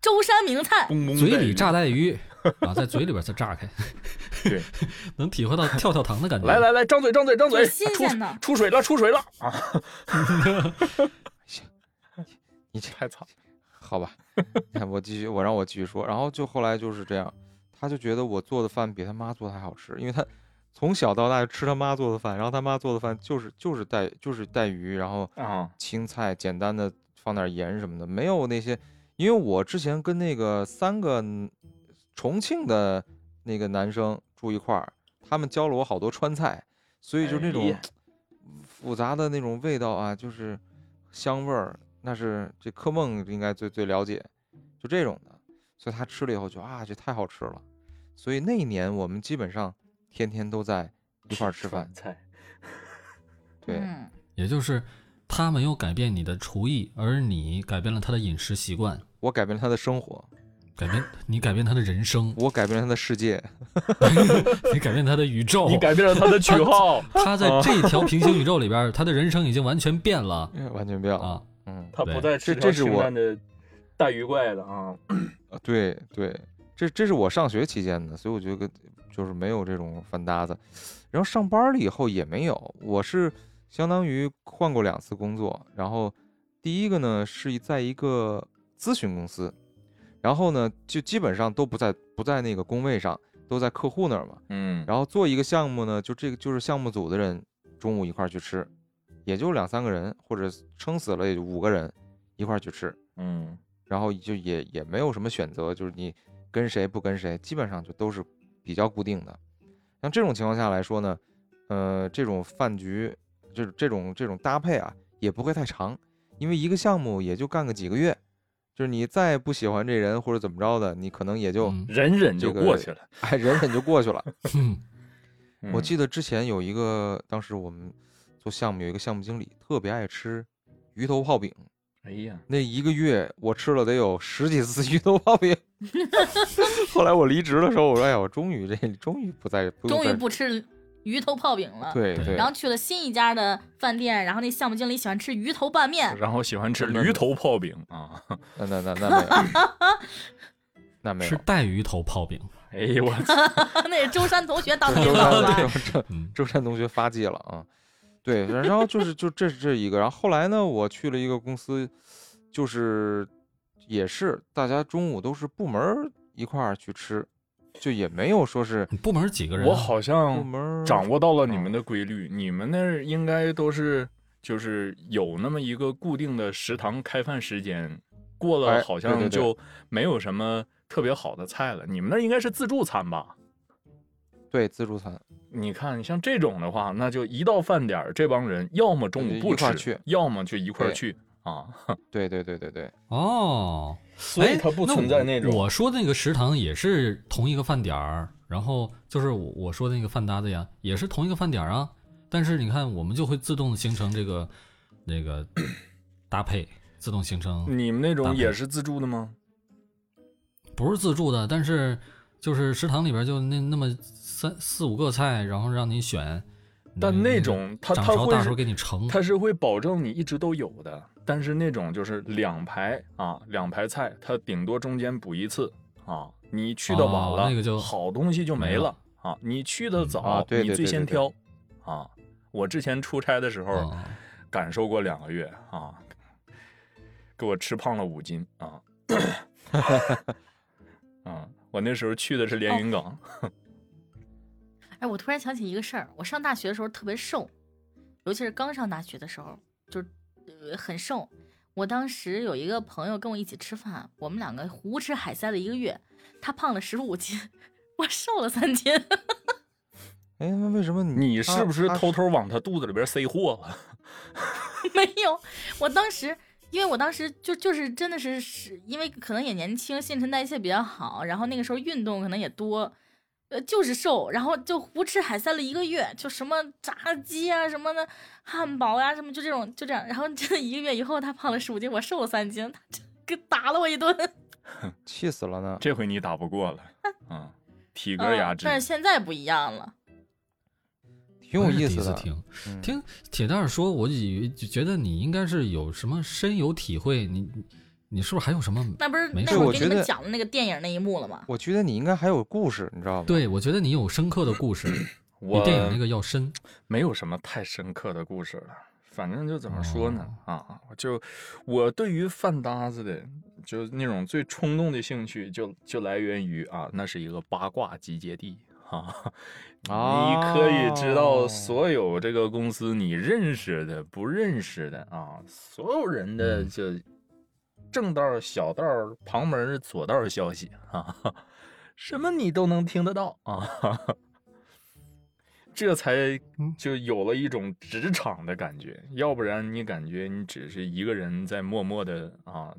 C: 舟山名菜。
D: 蹦蹦
B: 嘴
D: 带
B: 里
D: 鱼
B: 炸带 鱼啊，在嘴里边再炸开，
D: 对，
B: 能体会到跳跳糖的感觉。
D: 来来来，张嘴张嘴张嘴，
C: 挺新
D: 出
C: 鲜的
D: 出水了出水了啊！
A: 你这
D: 太惨，
A: 好 吧，那我继续，我让我继续说。然后就后来就是这样，他就觉得我做的饭比他妈做的还好吃，因为他从小到大就吃他妈做的饭，然后他妈做的饭就是就是带就是带鱼，然后
D: 啊！
A: 青菜简单的放点盐什么的，没有那些，因为我之前跟那个三个嗯重庆的那个男生住一块儿，他们教了我好多川菜，所以就那
D: 哎
A: 种
D: 呀
A: 复杂的那种味道啊，就是香味儿，那是这柯梦应该最最了解，就这种的，所以他吃了以后就啊，这太好吃了，所以那一年我们基本上天天都在一块儿吃饭
D: 川，菜，
A: 对，
C: 嗯
B: 也就是他没有改变你的厨艺，而你改变了他的饮食习惯，
A: 我改变了他的生活，
B: 改变你改变他的人生，
A: 我改变了他的世界，
B: 你改变他的宇宙
D: 你。改变了他的曲号，
B: 他在这条平行宇宙里边儿，他的人生已经完全变 了
A: 完全变了，
B: 啊！
A: 嗯，
D: 他不
B: 对
D: 再吃
A: 这
D: 条
A: 这是
D: 清
A: 我
D: 淡的大鱼怪了啊。
A: 啊对对，这这是我上学期间的，所以我觉得就是没有这种饭搭子。然后上班了以后也没有，我是相当于换过两次工作，然后第一个呢是在一个咨询公司，然后呢就基本上都不在不在那个工位上，都在客户那儿嘛。
D: 嗯，
A: 然后做一个项目呢，就这个就是项目组的人中午一块儿去吃，也就两三个人，或者撑死了也就五个人一块儿去吃。
D: 嗯，
A: 然后就也也没有什么选择，就是你跟谁不跟谁，基本上就都是比较固定的。像这种情况下来说呢，呃，这种饭局，就是这种这种搭配啊，也不会太长，因为一个项目也就干个几个月，就是你再不喜欢这人或者怎么着的，你可能也就、
B: 嗯
D: 忍忍就
A: 这个
D: 过去了。
A: 哎忍忍就过去了。
B: 哼
D: 嗯
A: 我记得之前有一个，当时我们做项目有一个项目经理特别爱吃鱼头泡饼，
D: 得，哎呀，
A: 那一个月我吃了得有十几次鱼头泡 饼。后来我离职的时候，我说：“哎呀，我终于这终于不再不用
C: 终于
A: 再
C: 不吃鱼头泡饼了。
A: 对
B: 对
A: 对
C: 然后去了新一家的饭店，然后那项目经理喜欢吃鱼头拌面，
D: 然后喜欢吃
A: 那
D: 驴头泡饼啊！
A: 那那那那没 有，那没
B: 吃
A: 有。
B: 带鱼头泡饼，
D: 哎呦我操，
C: 那是周山同学 当领
A: 周
C: 导
A: 山
C: 吧？
A: 周周
B: 嗯，
A: 周山同学发迹了啊！对，然后就是就这是这一个，然后后来呢，我去了一个公司，就是也是大家中午都是部门儿一块儿去吃，就也没有说是
B: 你部门几个人啊？
D: 我好
A: 部
D: 像
A: 门儿
D: 嗯掌握到了你们的规律，你们那儿应该都是就是有那么一个固定的食堂开饭时间，过
A: 哎
D: 了好
A: 对对
D: 像
A: 对
D: 就没有什么特别好的菜了。你们那儿应该是自助餐吧？
A: 对自助餐，
D: 你看，像这种的话，那就一到饭点儿，这帮人要么中午
A: 就
D: 不
A: 一块儿
D: 吃，
A: 去
D: 要么就一块儿
A: 对
D: 去啊。
A: 对对对对对，
B: 哦，
D: 所
B: 哎我我说的那个食堂也是同一个饭点儿，然后就是我我说的那个饭搭子呀，也是同一个饭点儿啊。但是你看，我们就会自动地形成这个那个 搭配，自动形成
D: 你们那
B: 搭
D: 种
B: 配
D: 也是自助的吗？
B: 不是自助的，但是就是食堂里边就那那么三四五个菜，然后让你选。
D: 但
B: 你
D: 那种它
B: 掌
D: 它
B: 勺
D: 会
B: 大
D: 是
B: 勺给你盛，
D: 它是会保证你一直都有的，但是那种就是两排啊，两排菜，它顶多中间补一次啊。你去的晚了，
B: 哦那个就
D: 好东西就没
B: 没
D: 了
B: 了
D: 啊。你去的早，
A: 嗯啊对
D: 你
A: 对
D: 最
A: 对对
D: 先
A: 对
D: 挑啊。我之前出差的时候、
B: 哦
D: 感受过两个月啊，给我吃胖了五斤 啊。啊，我那时候去的是连云
A: 哦
D: 港，
C: 哎，我突然想起一个事儿，我上大学的时候特别瘦，尤其是刚上大学的时候，就是、呃、很瘦。我当时有一个朋友跟我一起吃饭，我们两个胡吃海塞了一个月，他胖了十五斤， 我瘦了三斤。
A: 哎，那为什么你
D: 你是不是
A: 他他
D: 偷偷往他肚子里边塞货了？
C: 没有，我当时因为我当时就就是真的是是因为可能也年轻，新陈代谢比较好，然后那个时候运动可能也多，呃，就是瘦，然后就胡吃海塞了一个月，就什么炸鸡啊什么的，汉堡呀、什么就这种就这样，然后真的一个月以后他胖了十五斤，我瘦了三斤，他就 给打了我一顿。
A: 气死了呢？
D: 这回你打不 过了，啊，体格
C: 嗯
A: 哦
D: 压制。
C: 但是现在不一样了，
A: 挺有
B: 我也是
A: 意
B: 第一
A: 思
B: 次
A: 的。
B: 听。
A: 嗯
B: 听铁蛋儿说，我以为就觉得你应该是有什么深有体会，你你你是不是还有什么？
C: 那不是
B: 没
C: 那
B: 事
C: 会
A: 我
C: 儿给你
A: 觉
C: 们
A: 得
C: 讲的那个电影那一幕了吗？
A: 我觉得你应该还有故事，你知道吗？，
B: 对，我觉得你有深刻的 故事，比
D: 我
B: 电影那个要深。
D: 没有什么太深刻的故事了，反正就怎么说呢、啊，我就我对于饭搭子的，就那种最冲动的兴趣就，就来源于啊，那是一个八卦集结地啊，
A: 哦
D: 你可以知道所有这个公司你认识的、不认识的啊，所有人的
B: 嗯
D: 就正道、小道、旁门、左道消息啊， 什么你都能听得到啊， 这才
B: 嗯
D: 就有了一种职场的感觉。要不然你感觉你只是一个人在默默的啊，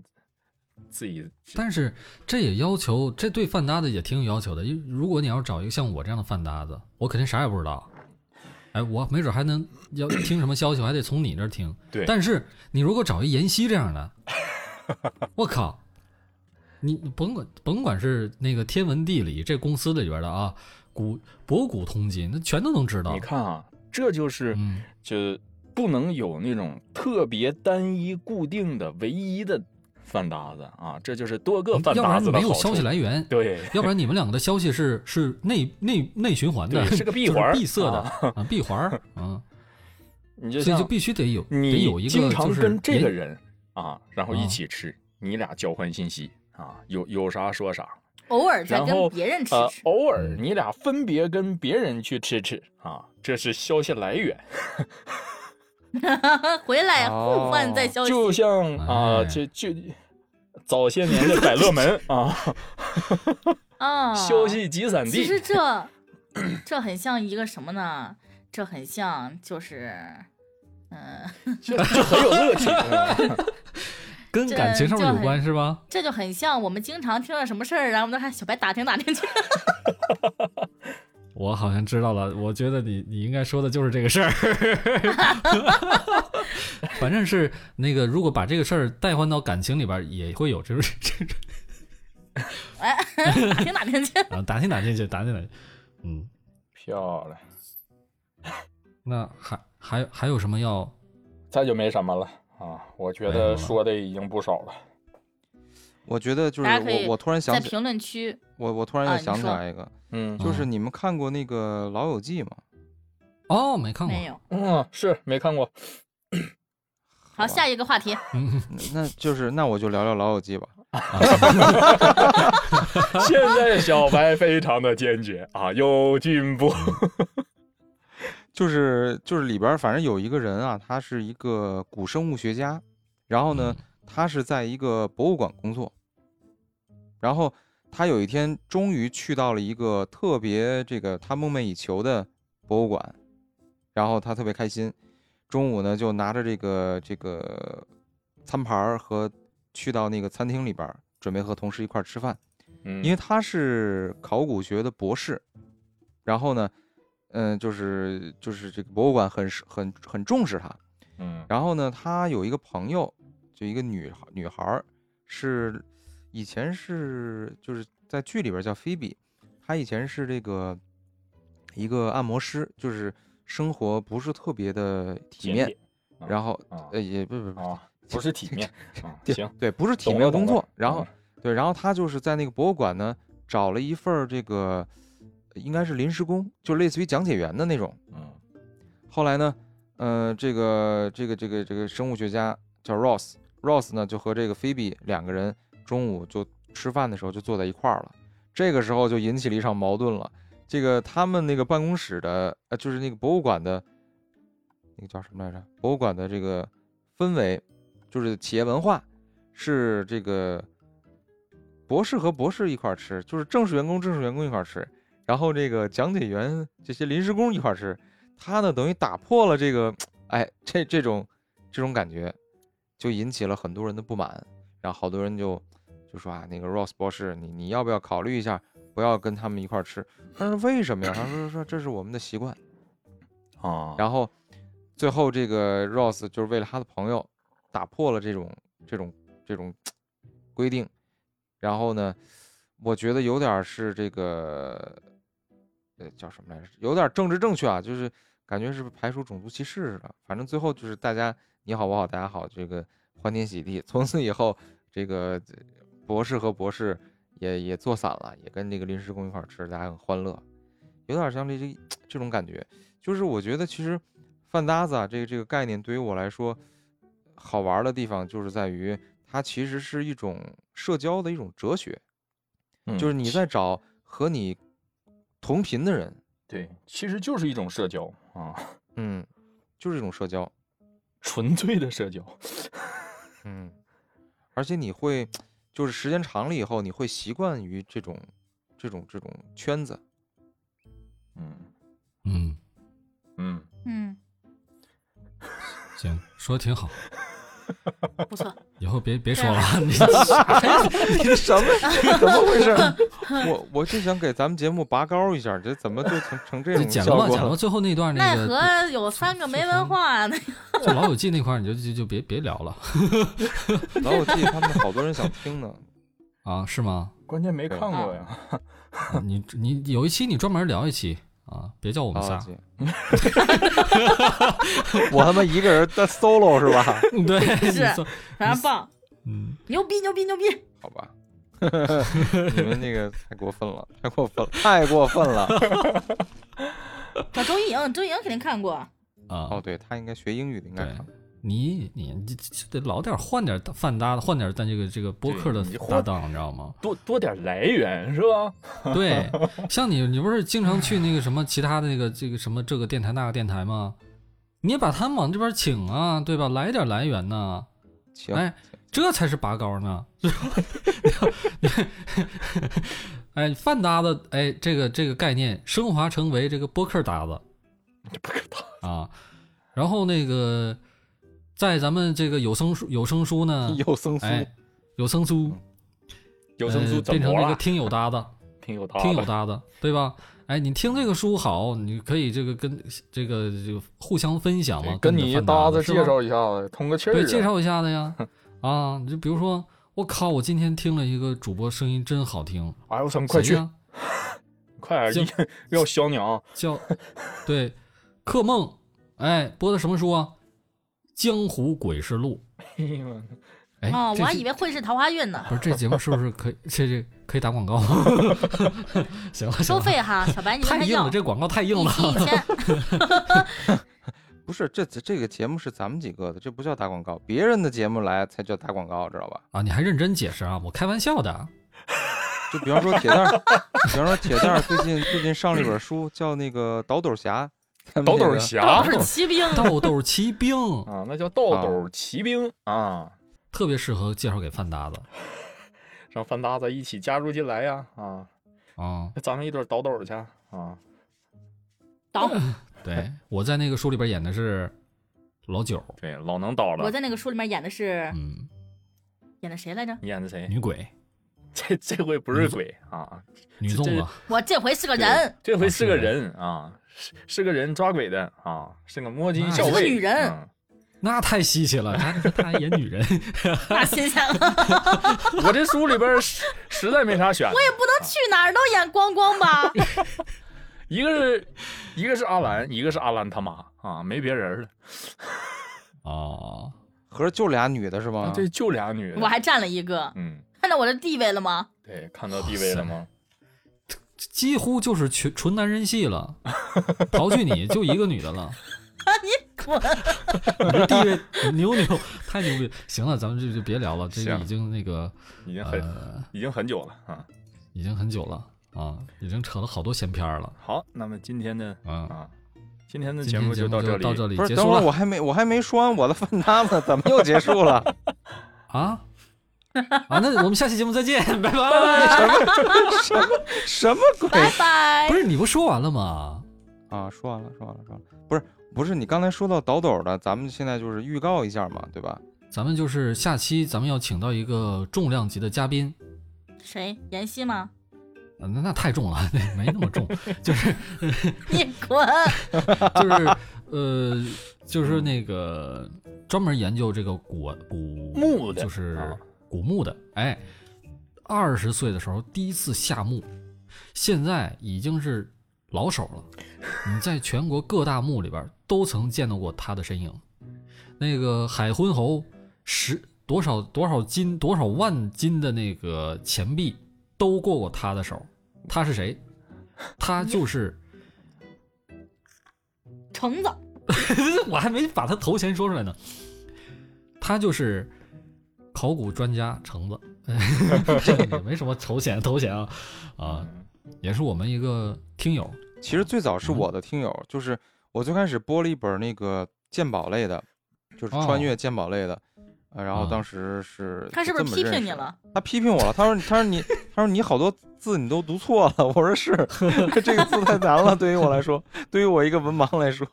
D: 自己
B: 但是这也要求，这对饭搭子也挺有要求的。因为如果你要找一个像我这样的饭搭子，我肯定啥也不知道。哎，我没准还能要听什么消息，我还得从你那儿听。
D: 对
B: 但是你如果找一妍希这样 的，我靠，你你甭管甭管是那个天文地理这公司里边的啊，古博古通今，那全都能知道
D: 你。看啊，这就是、
B: 嗯，
D: 就不能有那种特别单一固定的唯一的饭搭子啊，这就是多个饭
B: 哦要不
D: 搭
B: 然
D: 子的
B: 没有
D: 好处
B: 消息来源，
D: 对，
B: 要不然你们两个的消息是是内内内循环的，
D: 对是个闭
B: 就是
D: 环儿
B: 闭塞的
D: 啊
B: 啊，闭环儿啊，
D: 你 就
B: 所以
D: 像
B: 就必须得有得有
D: 你
B: 一
D: 经
B: 个
D: 常
B: 就是
D: 跟这个
B: 也
D: 人啊，然后一起吃，你俩交换信息啊，有有啥说啥，
C: 偶尔再
D: 然后
C: 跟别人吃
D: 呃，
C: 吃，
D: 偶尔
B: 嗯
D: 你俩分别跟别人去吃吃啊，这是消息来源。
C: 回来
A: 哦
C: 互换再消息。
D: 就像啊，
B: 哎
D: 这就早些年的百乐门啊，
C: 啊，
D: 消息集散
C: 其实
D: 地，
C: 这 这很像一个什么呢？这很像就是，嗯、
D: 这这很有乐 趣。嗯
B: 跟
C: 这
B: 感情上面
C: 就
B: 有关
C: 很
B: 是吧？
C: 这就很像我们经常听到什么事儿，然后我们都看小白打听打听去。
B: 我好像知道了，我觉得你你应该说的就是这个事儿，反正是那个，如果把这个事儿代换到感情里边儿，也会有这种这种
C: 哎，打听打 听去。
B: 啊，打听打听去，打听打听，嗯，
D: 漂亮，
B: 那还还还有什么要？
D: 这就没什么了啊，我
B: 没
D: 觉
B: 有
D: 得
B: 了
D: 说的已经不少了。
A: 我觉得就是
C: 大家可以
A: 我，我突然想
C: 在
A: 起，
C: 评论区，
A: 我我突然
C: 啊
A: 又
C: 你
A: 想起
C: 说
A: 来一个，
D: 嗯
A: 就是
B: 嗯
A: 你们看过那个《老友记》吗？
B: 哦，没看过，
C: 没有。
D: 嗯，是没看过，
A: 吧
C: 好，下一个话题，
B: 嗯，
A: 那就是那我就聊聊《老友记》吧。
D: 现在小白非常的坚决啊，有进步。
A: 就是就是里边儿反正有一个人啊，他是一个古生物学家，然后呢，他是在一个博物馆工作，然后他有一天终于去到了一个特别这个他梦寐以求的博物馆，然后他特别开心，中午呢就拿着这个这个餐盘儿和去到那个餐厅里边儿，准备和同事一块儿吃饭。
D: 嗯
A: 因为他是考古学的博士，然后呢，嗯、就是就是这个博物馆很是很很重视他。
D: 嗯
A: 然后呢，他有一个朋友，就一个女孩女孩儿，是以前是就是在剧里边叫菲比，她以前是这个一个按摩师，就是生活不是特别的体面，
D: 啊
A: 然后
D: 啊
A: 呃也不不不
D: 啊，不是体面啊，
A: 对
D: 行，
A: 对，不是体
D: 懂
A: 面
D: 了懂
A: 工作
D: 了。
A: 然后
D: 嗯
A: 对，然后他就是在那个博物馆呢找了一份儿这个呃应该是临时工，就类似于讲解员的那种。
D: 嗯
A: 后来呢，呃，这个这个这个这个生物学家叫 Ross，Ross 呢就和这个菲比两个人中午就吃饭的时候就坐在一块儿了。这个时候就引起了一场矛盾了。这个他们那个办公室的，呃，就是那个博物馆的，那个叫什么来着？博物馆的这个氛围，就是企业文化，是这个博士和博士一块儿吃，就是正式员工正式员工一块儿吃，然后这个讲解员这些临时工一块儿吃。他呢，等于打破了这个，哎，这这种这种感觉，就引起了很多人的不满，然后好多人就就说啊，那个 Ross 博士，你你要不要考虑一下，不要跟他们一块儿吃？他说为什么呀？他说说这是我们的习惯。
D: 啊，
A: 然后最后这个 Ross 就是为了他的朋友，打破了这种这种这种规定，然后呢，我觉得有点儿是这个呃叫什么来着，有点儿政治正确啊，就是感觉是不是排除种族歧视似的。反正最后就是大家你好我好大家好，这个欢天喜地。从此以后，这个博士和博士也也做散了，也跟这个临时工一块儿吃，大家很欢乐，有点儿像这这这种感觉。就是我觉得其实饭搭子啊，这个这个概念对于我来说，好玩儿的地方就是在于它其实是一种社交的一种哲学，
D: 嗯
A: 就是你在找和你同频的人，
D: 对，其实就是一种社交啊，
A: 嗯，就是一种社交，
D: 纯粹的社交。
A: 嗯，而且你会就是时间长了以后，你会习惯于这种这种这种圈子。
D: 嗯
B: 嗯，
D: 嗯，
C: 嗯，
B: 行，说的挺好，
C: 不错，
B: 以后别别说
C: 对
B: 了
C: 啊，
B: 你
A: 你这什么怎么回事？我我就想给咱们节目拔高一下，这怎么就成成这
B: 就
A: 种
B: 剪
A: 效
B: 了吧，
A: 果
B: 剪了吧
A: 了？
B: 最后那段那
C: 奈
B: 个
C: 何有三个没文 化呢。
B: 就老友记那块儿，你就就就别别聊了
A: 老友记他们好多人想听呢。
B: 啊，是吗？
D: 关键没看过呀。
B: 啊你你有一期你专门聊一期啊，别 叫我们
A: 老友
B: 仨，
A: 记我他妈一个人的 solo 是吧？
B: 嗯 对，你
C: 是
B: 说
C: 反正棒，
B: 嗯，
C: 牛逼牛逼牛逼！
A: 好吧，你们那个太过分了， 太过分了，太过分了。
C: 找周一颖，周一颖肯定看过。
A: 哦，
B: 啊，
A: 对他应该学英语的，应该
B: 对
A: 看。
B: 你你你这这得老点儿换点儿饭搭，换点儿咱这个这个播客的
D: 对你换
B: 搭档，你知道吗？
D: 多多点来源是吧？
B: 对，像你，你不是经常去那个什么其他的那个这个什么这个电台那个电台吗？你也把他们往这边请啊，对吧？来点来源呐，
A: 行，
B: 哎，这才是拔高呢。哎，饭搭子，哎，这个这个概念升华成为这个播客搭 子
D: 不可能，
B: 啊。然后那个，在咱们这个有声书有声书 呢，
A: 又生疏，
B: 哎，有声书
D: 嗯有声书
B: 呃
D: 怎
B: 变
D: 么
B: 成那个
D: 了？啊
B: 听友搭子。
D: 挺有道
B: 听友
D: 理。
B: 搭的，对吧？哎，你听这个书好，你可以这个跟这个这个互相分享嘛，
D: 跟
B: 你
D: 你
B: 的饭
D: 搭
B: 搭
D: 子
B: 是
D: 介
B: 吧
D: 绍一下子，通个气儿啊。
B: 对介绍一下的 呀。啊，你就比如说，我靠，我今天听了一个主播声音真好听，
D: 哎呦我操！你快
B: 谁
D: 去，
B: 呀？
D: 快点！要小鸟，
B: 叫 对，克梦，哎，播的什么书啊？《江湖鬼事录》。
D: 哎呦
B: 哎，
C: 哦，
B: 这
C: 我还
B: 是
C: 以为会是桃花 运呢。
B: 不是这节目是不是可以？ 这这可以打广告？ 行了，行
C: 收
B: 了
C: 费哈，小白你问
B: 太
C: 他
B: 硬
C: 要
B: 了，这广告太硬
C: 一
B: 了。
C: 期一 千，
A: 不是这这个节目是咱们几个的，这不叫打广告，别人的节目来才叫打广告，知道吧？
B: 啊，你还认真解释啊？我开玩笑的。
A: 就比方说铁蛋儿，比方说铁蛋儿最近最近上了一本书，叫那个《倒斗侠》，咱们
D: 倒
A: 那
D: 斗
A: 个
D: 侠
C: 都是
B: 啊
C: 骑兵。
B: 豆豆骑 兵
D: 啊，那叫倒斗骑兵啊，
B: 特别适合介绍给范达子
D: 让范搭子一起加入进来呀啊！
B: 啊。
D: 那咱们一对儿倒斗去啊！
C: 倒，
B: 对，我在那个书里边演的是老九，
D: 对，老能倒
C: 我
D: 了。
C: 在那个书里面演的是
B: 嗯，
C: 演的谁来着？
D: 你演的谁？
B: 女鬼，
D: 这这回不是鬼啊，
B: 女纵
D: 这
B: 啊，
C: 我这回是个人，
D: 这
B: 啊
D: 回
B: 是
D: 是个
B: 个人
D: 人啊，是是个人抓鬼的啊，是个摸金
B: 那
D: 校
B: 是
D: 尉，
B: 个
C: 女人
D: 嗯
B: 那太稀奇了，她她还演女人，
C: 太新鲜 了。
D: 我这书里边儿实实在没啥选的，
C: 也不能去哪儿都演光光吧？
D: 一个是一个是阿兰，一个是阿兰他妈啊，没别人了，
B: 哦，
A: 合着就俩女的是吗？
D: 啊这就俩女的。
C: 我还占了一个，
D: 嗯，
C: 看到我的地位了吗？
D: 对，看到地位了吗？
B: 几乎就是纯纯男人戏了，刨去你就一个女的了，
C: 滚！
B: 你这地位牛牛，太牛逼了，行了，咱们就就别聊了，这个
D: 行
B: 已经那个
D: 已经很、
B: 呃，
D: 已经很久了啊。
B: 已经很久了啊，已经扯了好多闲篇儿了，
D: 好，那么今天的
B: 嗯。
D: 啊，今天的
B: 今
D: 节
B: 天
D: 目
B: 节
D: 就
B: 目
D: 到这
B: 就
D: 里，
B: 到这里
A: 不是，
B: 结
A: 等
B: 束
A: 会儿我
B: 了
A: 还没我还没说完我的饭搭呢，怎么又结束了？
B: 啊 啊！那我们下期节目再见，拜拜。
A: 什么鬼
C: 拜拜
B: 不。是你不说完了吗？
A: 啊？说完了，说完了，说完了。不是不是，你刚才说到倒斗的，咱们现在就是预告一下嘛，对吧？
B: 咱们就是下期咱们要请到一个重量级的嘉宾，
C: 谁？妍希吗？
B: 呃那那太重了， 那没那么重，就是
C: 你滚！
B: 就是呃，就是那个专门研究这个古古
D: 木的
B: 就是
D: 啊
B: 古墓的。哎，二十岁的时候第一次下墓，现在已经是老手了。你在全国各大墓里边都曾见到过他的身影。那个海昏侯十多少多少斤多少万斤的那个钱币都过过他的手。他是谁？他就是。
C: 橙子，
B: 我还没把他头衔说出来呢。他就是考古专家橙子， 这个也没什么头衔头衔啊啊，
D: 嗯
B: 也是我们一个听友
A: 其实最早
B: 嗯
A: 是我的听友，就是
B: 哦
A: 我最开始播了一本那个鉴宝类的，就是穿越鉴宝类的，呃然后
B: 啊
A: 当时是
C: 他是不是批评你？了？
A: 他批评我了，他说他说 你他说你好多字你都读错了，我说是，这个字太难了，对于我来说，对于我一个文盲来说，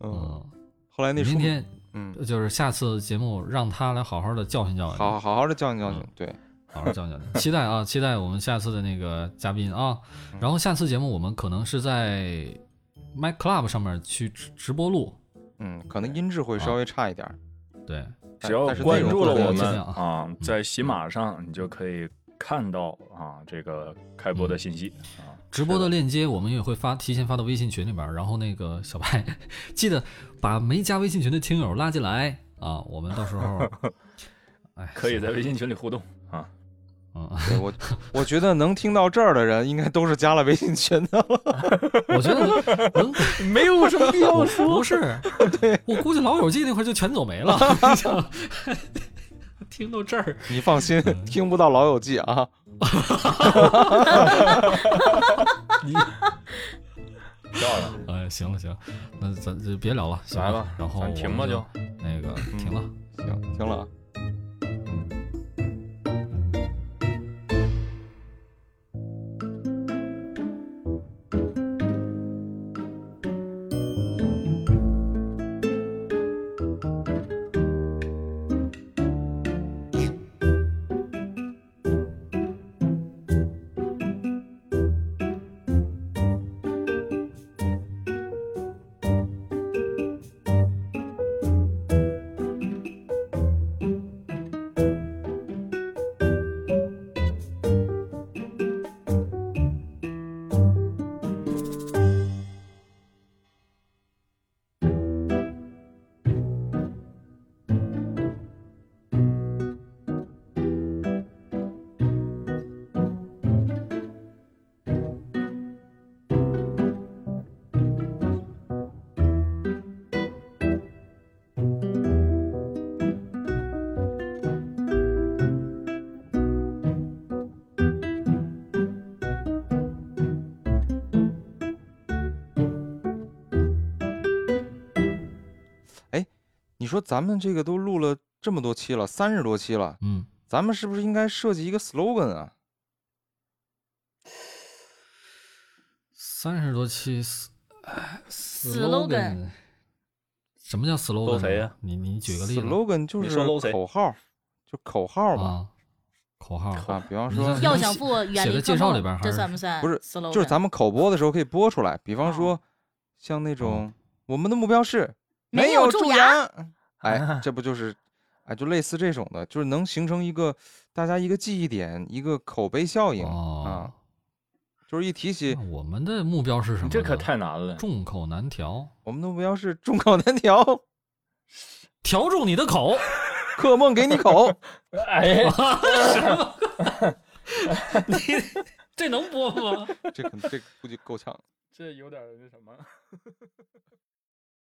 A: 嗯，
B: 嗯，
A: 后来那书
B: 明天
A: 嗯，
B: 就是下次节目让他来好好的教训教训，
A: 好好好好的教训教训
B: 嗯，
A: 对，
B: 好好教教你，期待啊，期待我们下次的那个嘉宾啊。
A: 嗯
B: 然后下次节目我们可能是在 My Club 上面去直直播录，
A: 嗯，可能音质
B: 啊
A: 会稍微差一 点儿，
B: 对，
A: 但
D: 只要
A: 但是
D: 关
A: 内容
D: 注了
A: 会
D: 我
A: 很
B: 尽
D: 们
B: 量
D: 啊，在喜
B: 嗯
D: 马上你就可以看到啊这个开
B: 嗯
D: 播的信息啊。
B: 直播的链接我们也会发，提前发到微信群里边儿。然后那个小白， 记得把没加微信群的听友拉进来啊，我们到时 候，哎，
D: 可以在微信群里 互动啊。
B: 嗯，
A: 对我我觉得能听到这儿的人应该都是加了微信群的了，
B: 嗯我觉得能
D: 没有什么必要
B: 不 是，我估计老友记那块就全走没了。听到这儿，
A: 你放心，
B: 嗯
A: 听不到老友记啊，
D: 漂亮，
B: 哎，行了行了，那咱就别聊了，行
D: 来吧，
B: 然后
D: 咱停吧
B: 我们
D: 就。 嗯
B: 那个停了。
A: 行，听了啊。你说咱们这个都录了这么多期了，三十多期了，
B: 嗯，
A: 咱们是不是应该设计一个 slogan 啊？
B: 三十多期死
C: Slogan
B: 什么叫 slogan？
D: 都谁呀
B: 呢你你举个例子
A: slogan 就
D: 你
A: 是
D: 说搂谁
A: 口号，就口号嘛。
B: 啊，口号
A: 啊，比方
B: 你
A: 说
B: 看
C: 要想富，远
B: 写在
C: 离科
B: 介绍
C: 目
B: 里边儿还
C: 这
B: 是
C: 算不算？
A: 不是就是咱们口播的时候可以播出来，比方说像那种
B: 哦
A: 我们的目标是
C: 没有
A: 有
C: 蛀
A: 蛀
C: 牙
A: 牙， 哎，这不就是哎就类似这种的，就是能形成一个大家一个记忆点，一个口碑效应
B: 哦
A: 啊，。就是一提起
B: 那我们的目标是什么
D: 你
B: 呢？
D: 这可太 难了。
B: 众口难调，
A: 我们的目标是众口难哦调，
B: 调住你的口。
A: 克 梦给你口，
D: 哎，
B: 你这能播吗？
A: 这可这估计够呛。
D: 这有点那什么。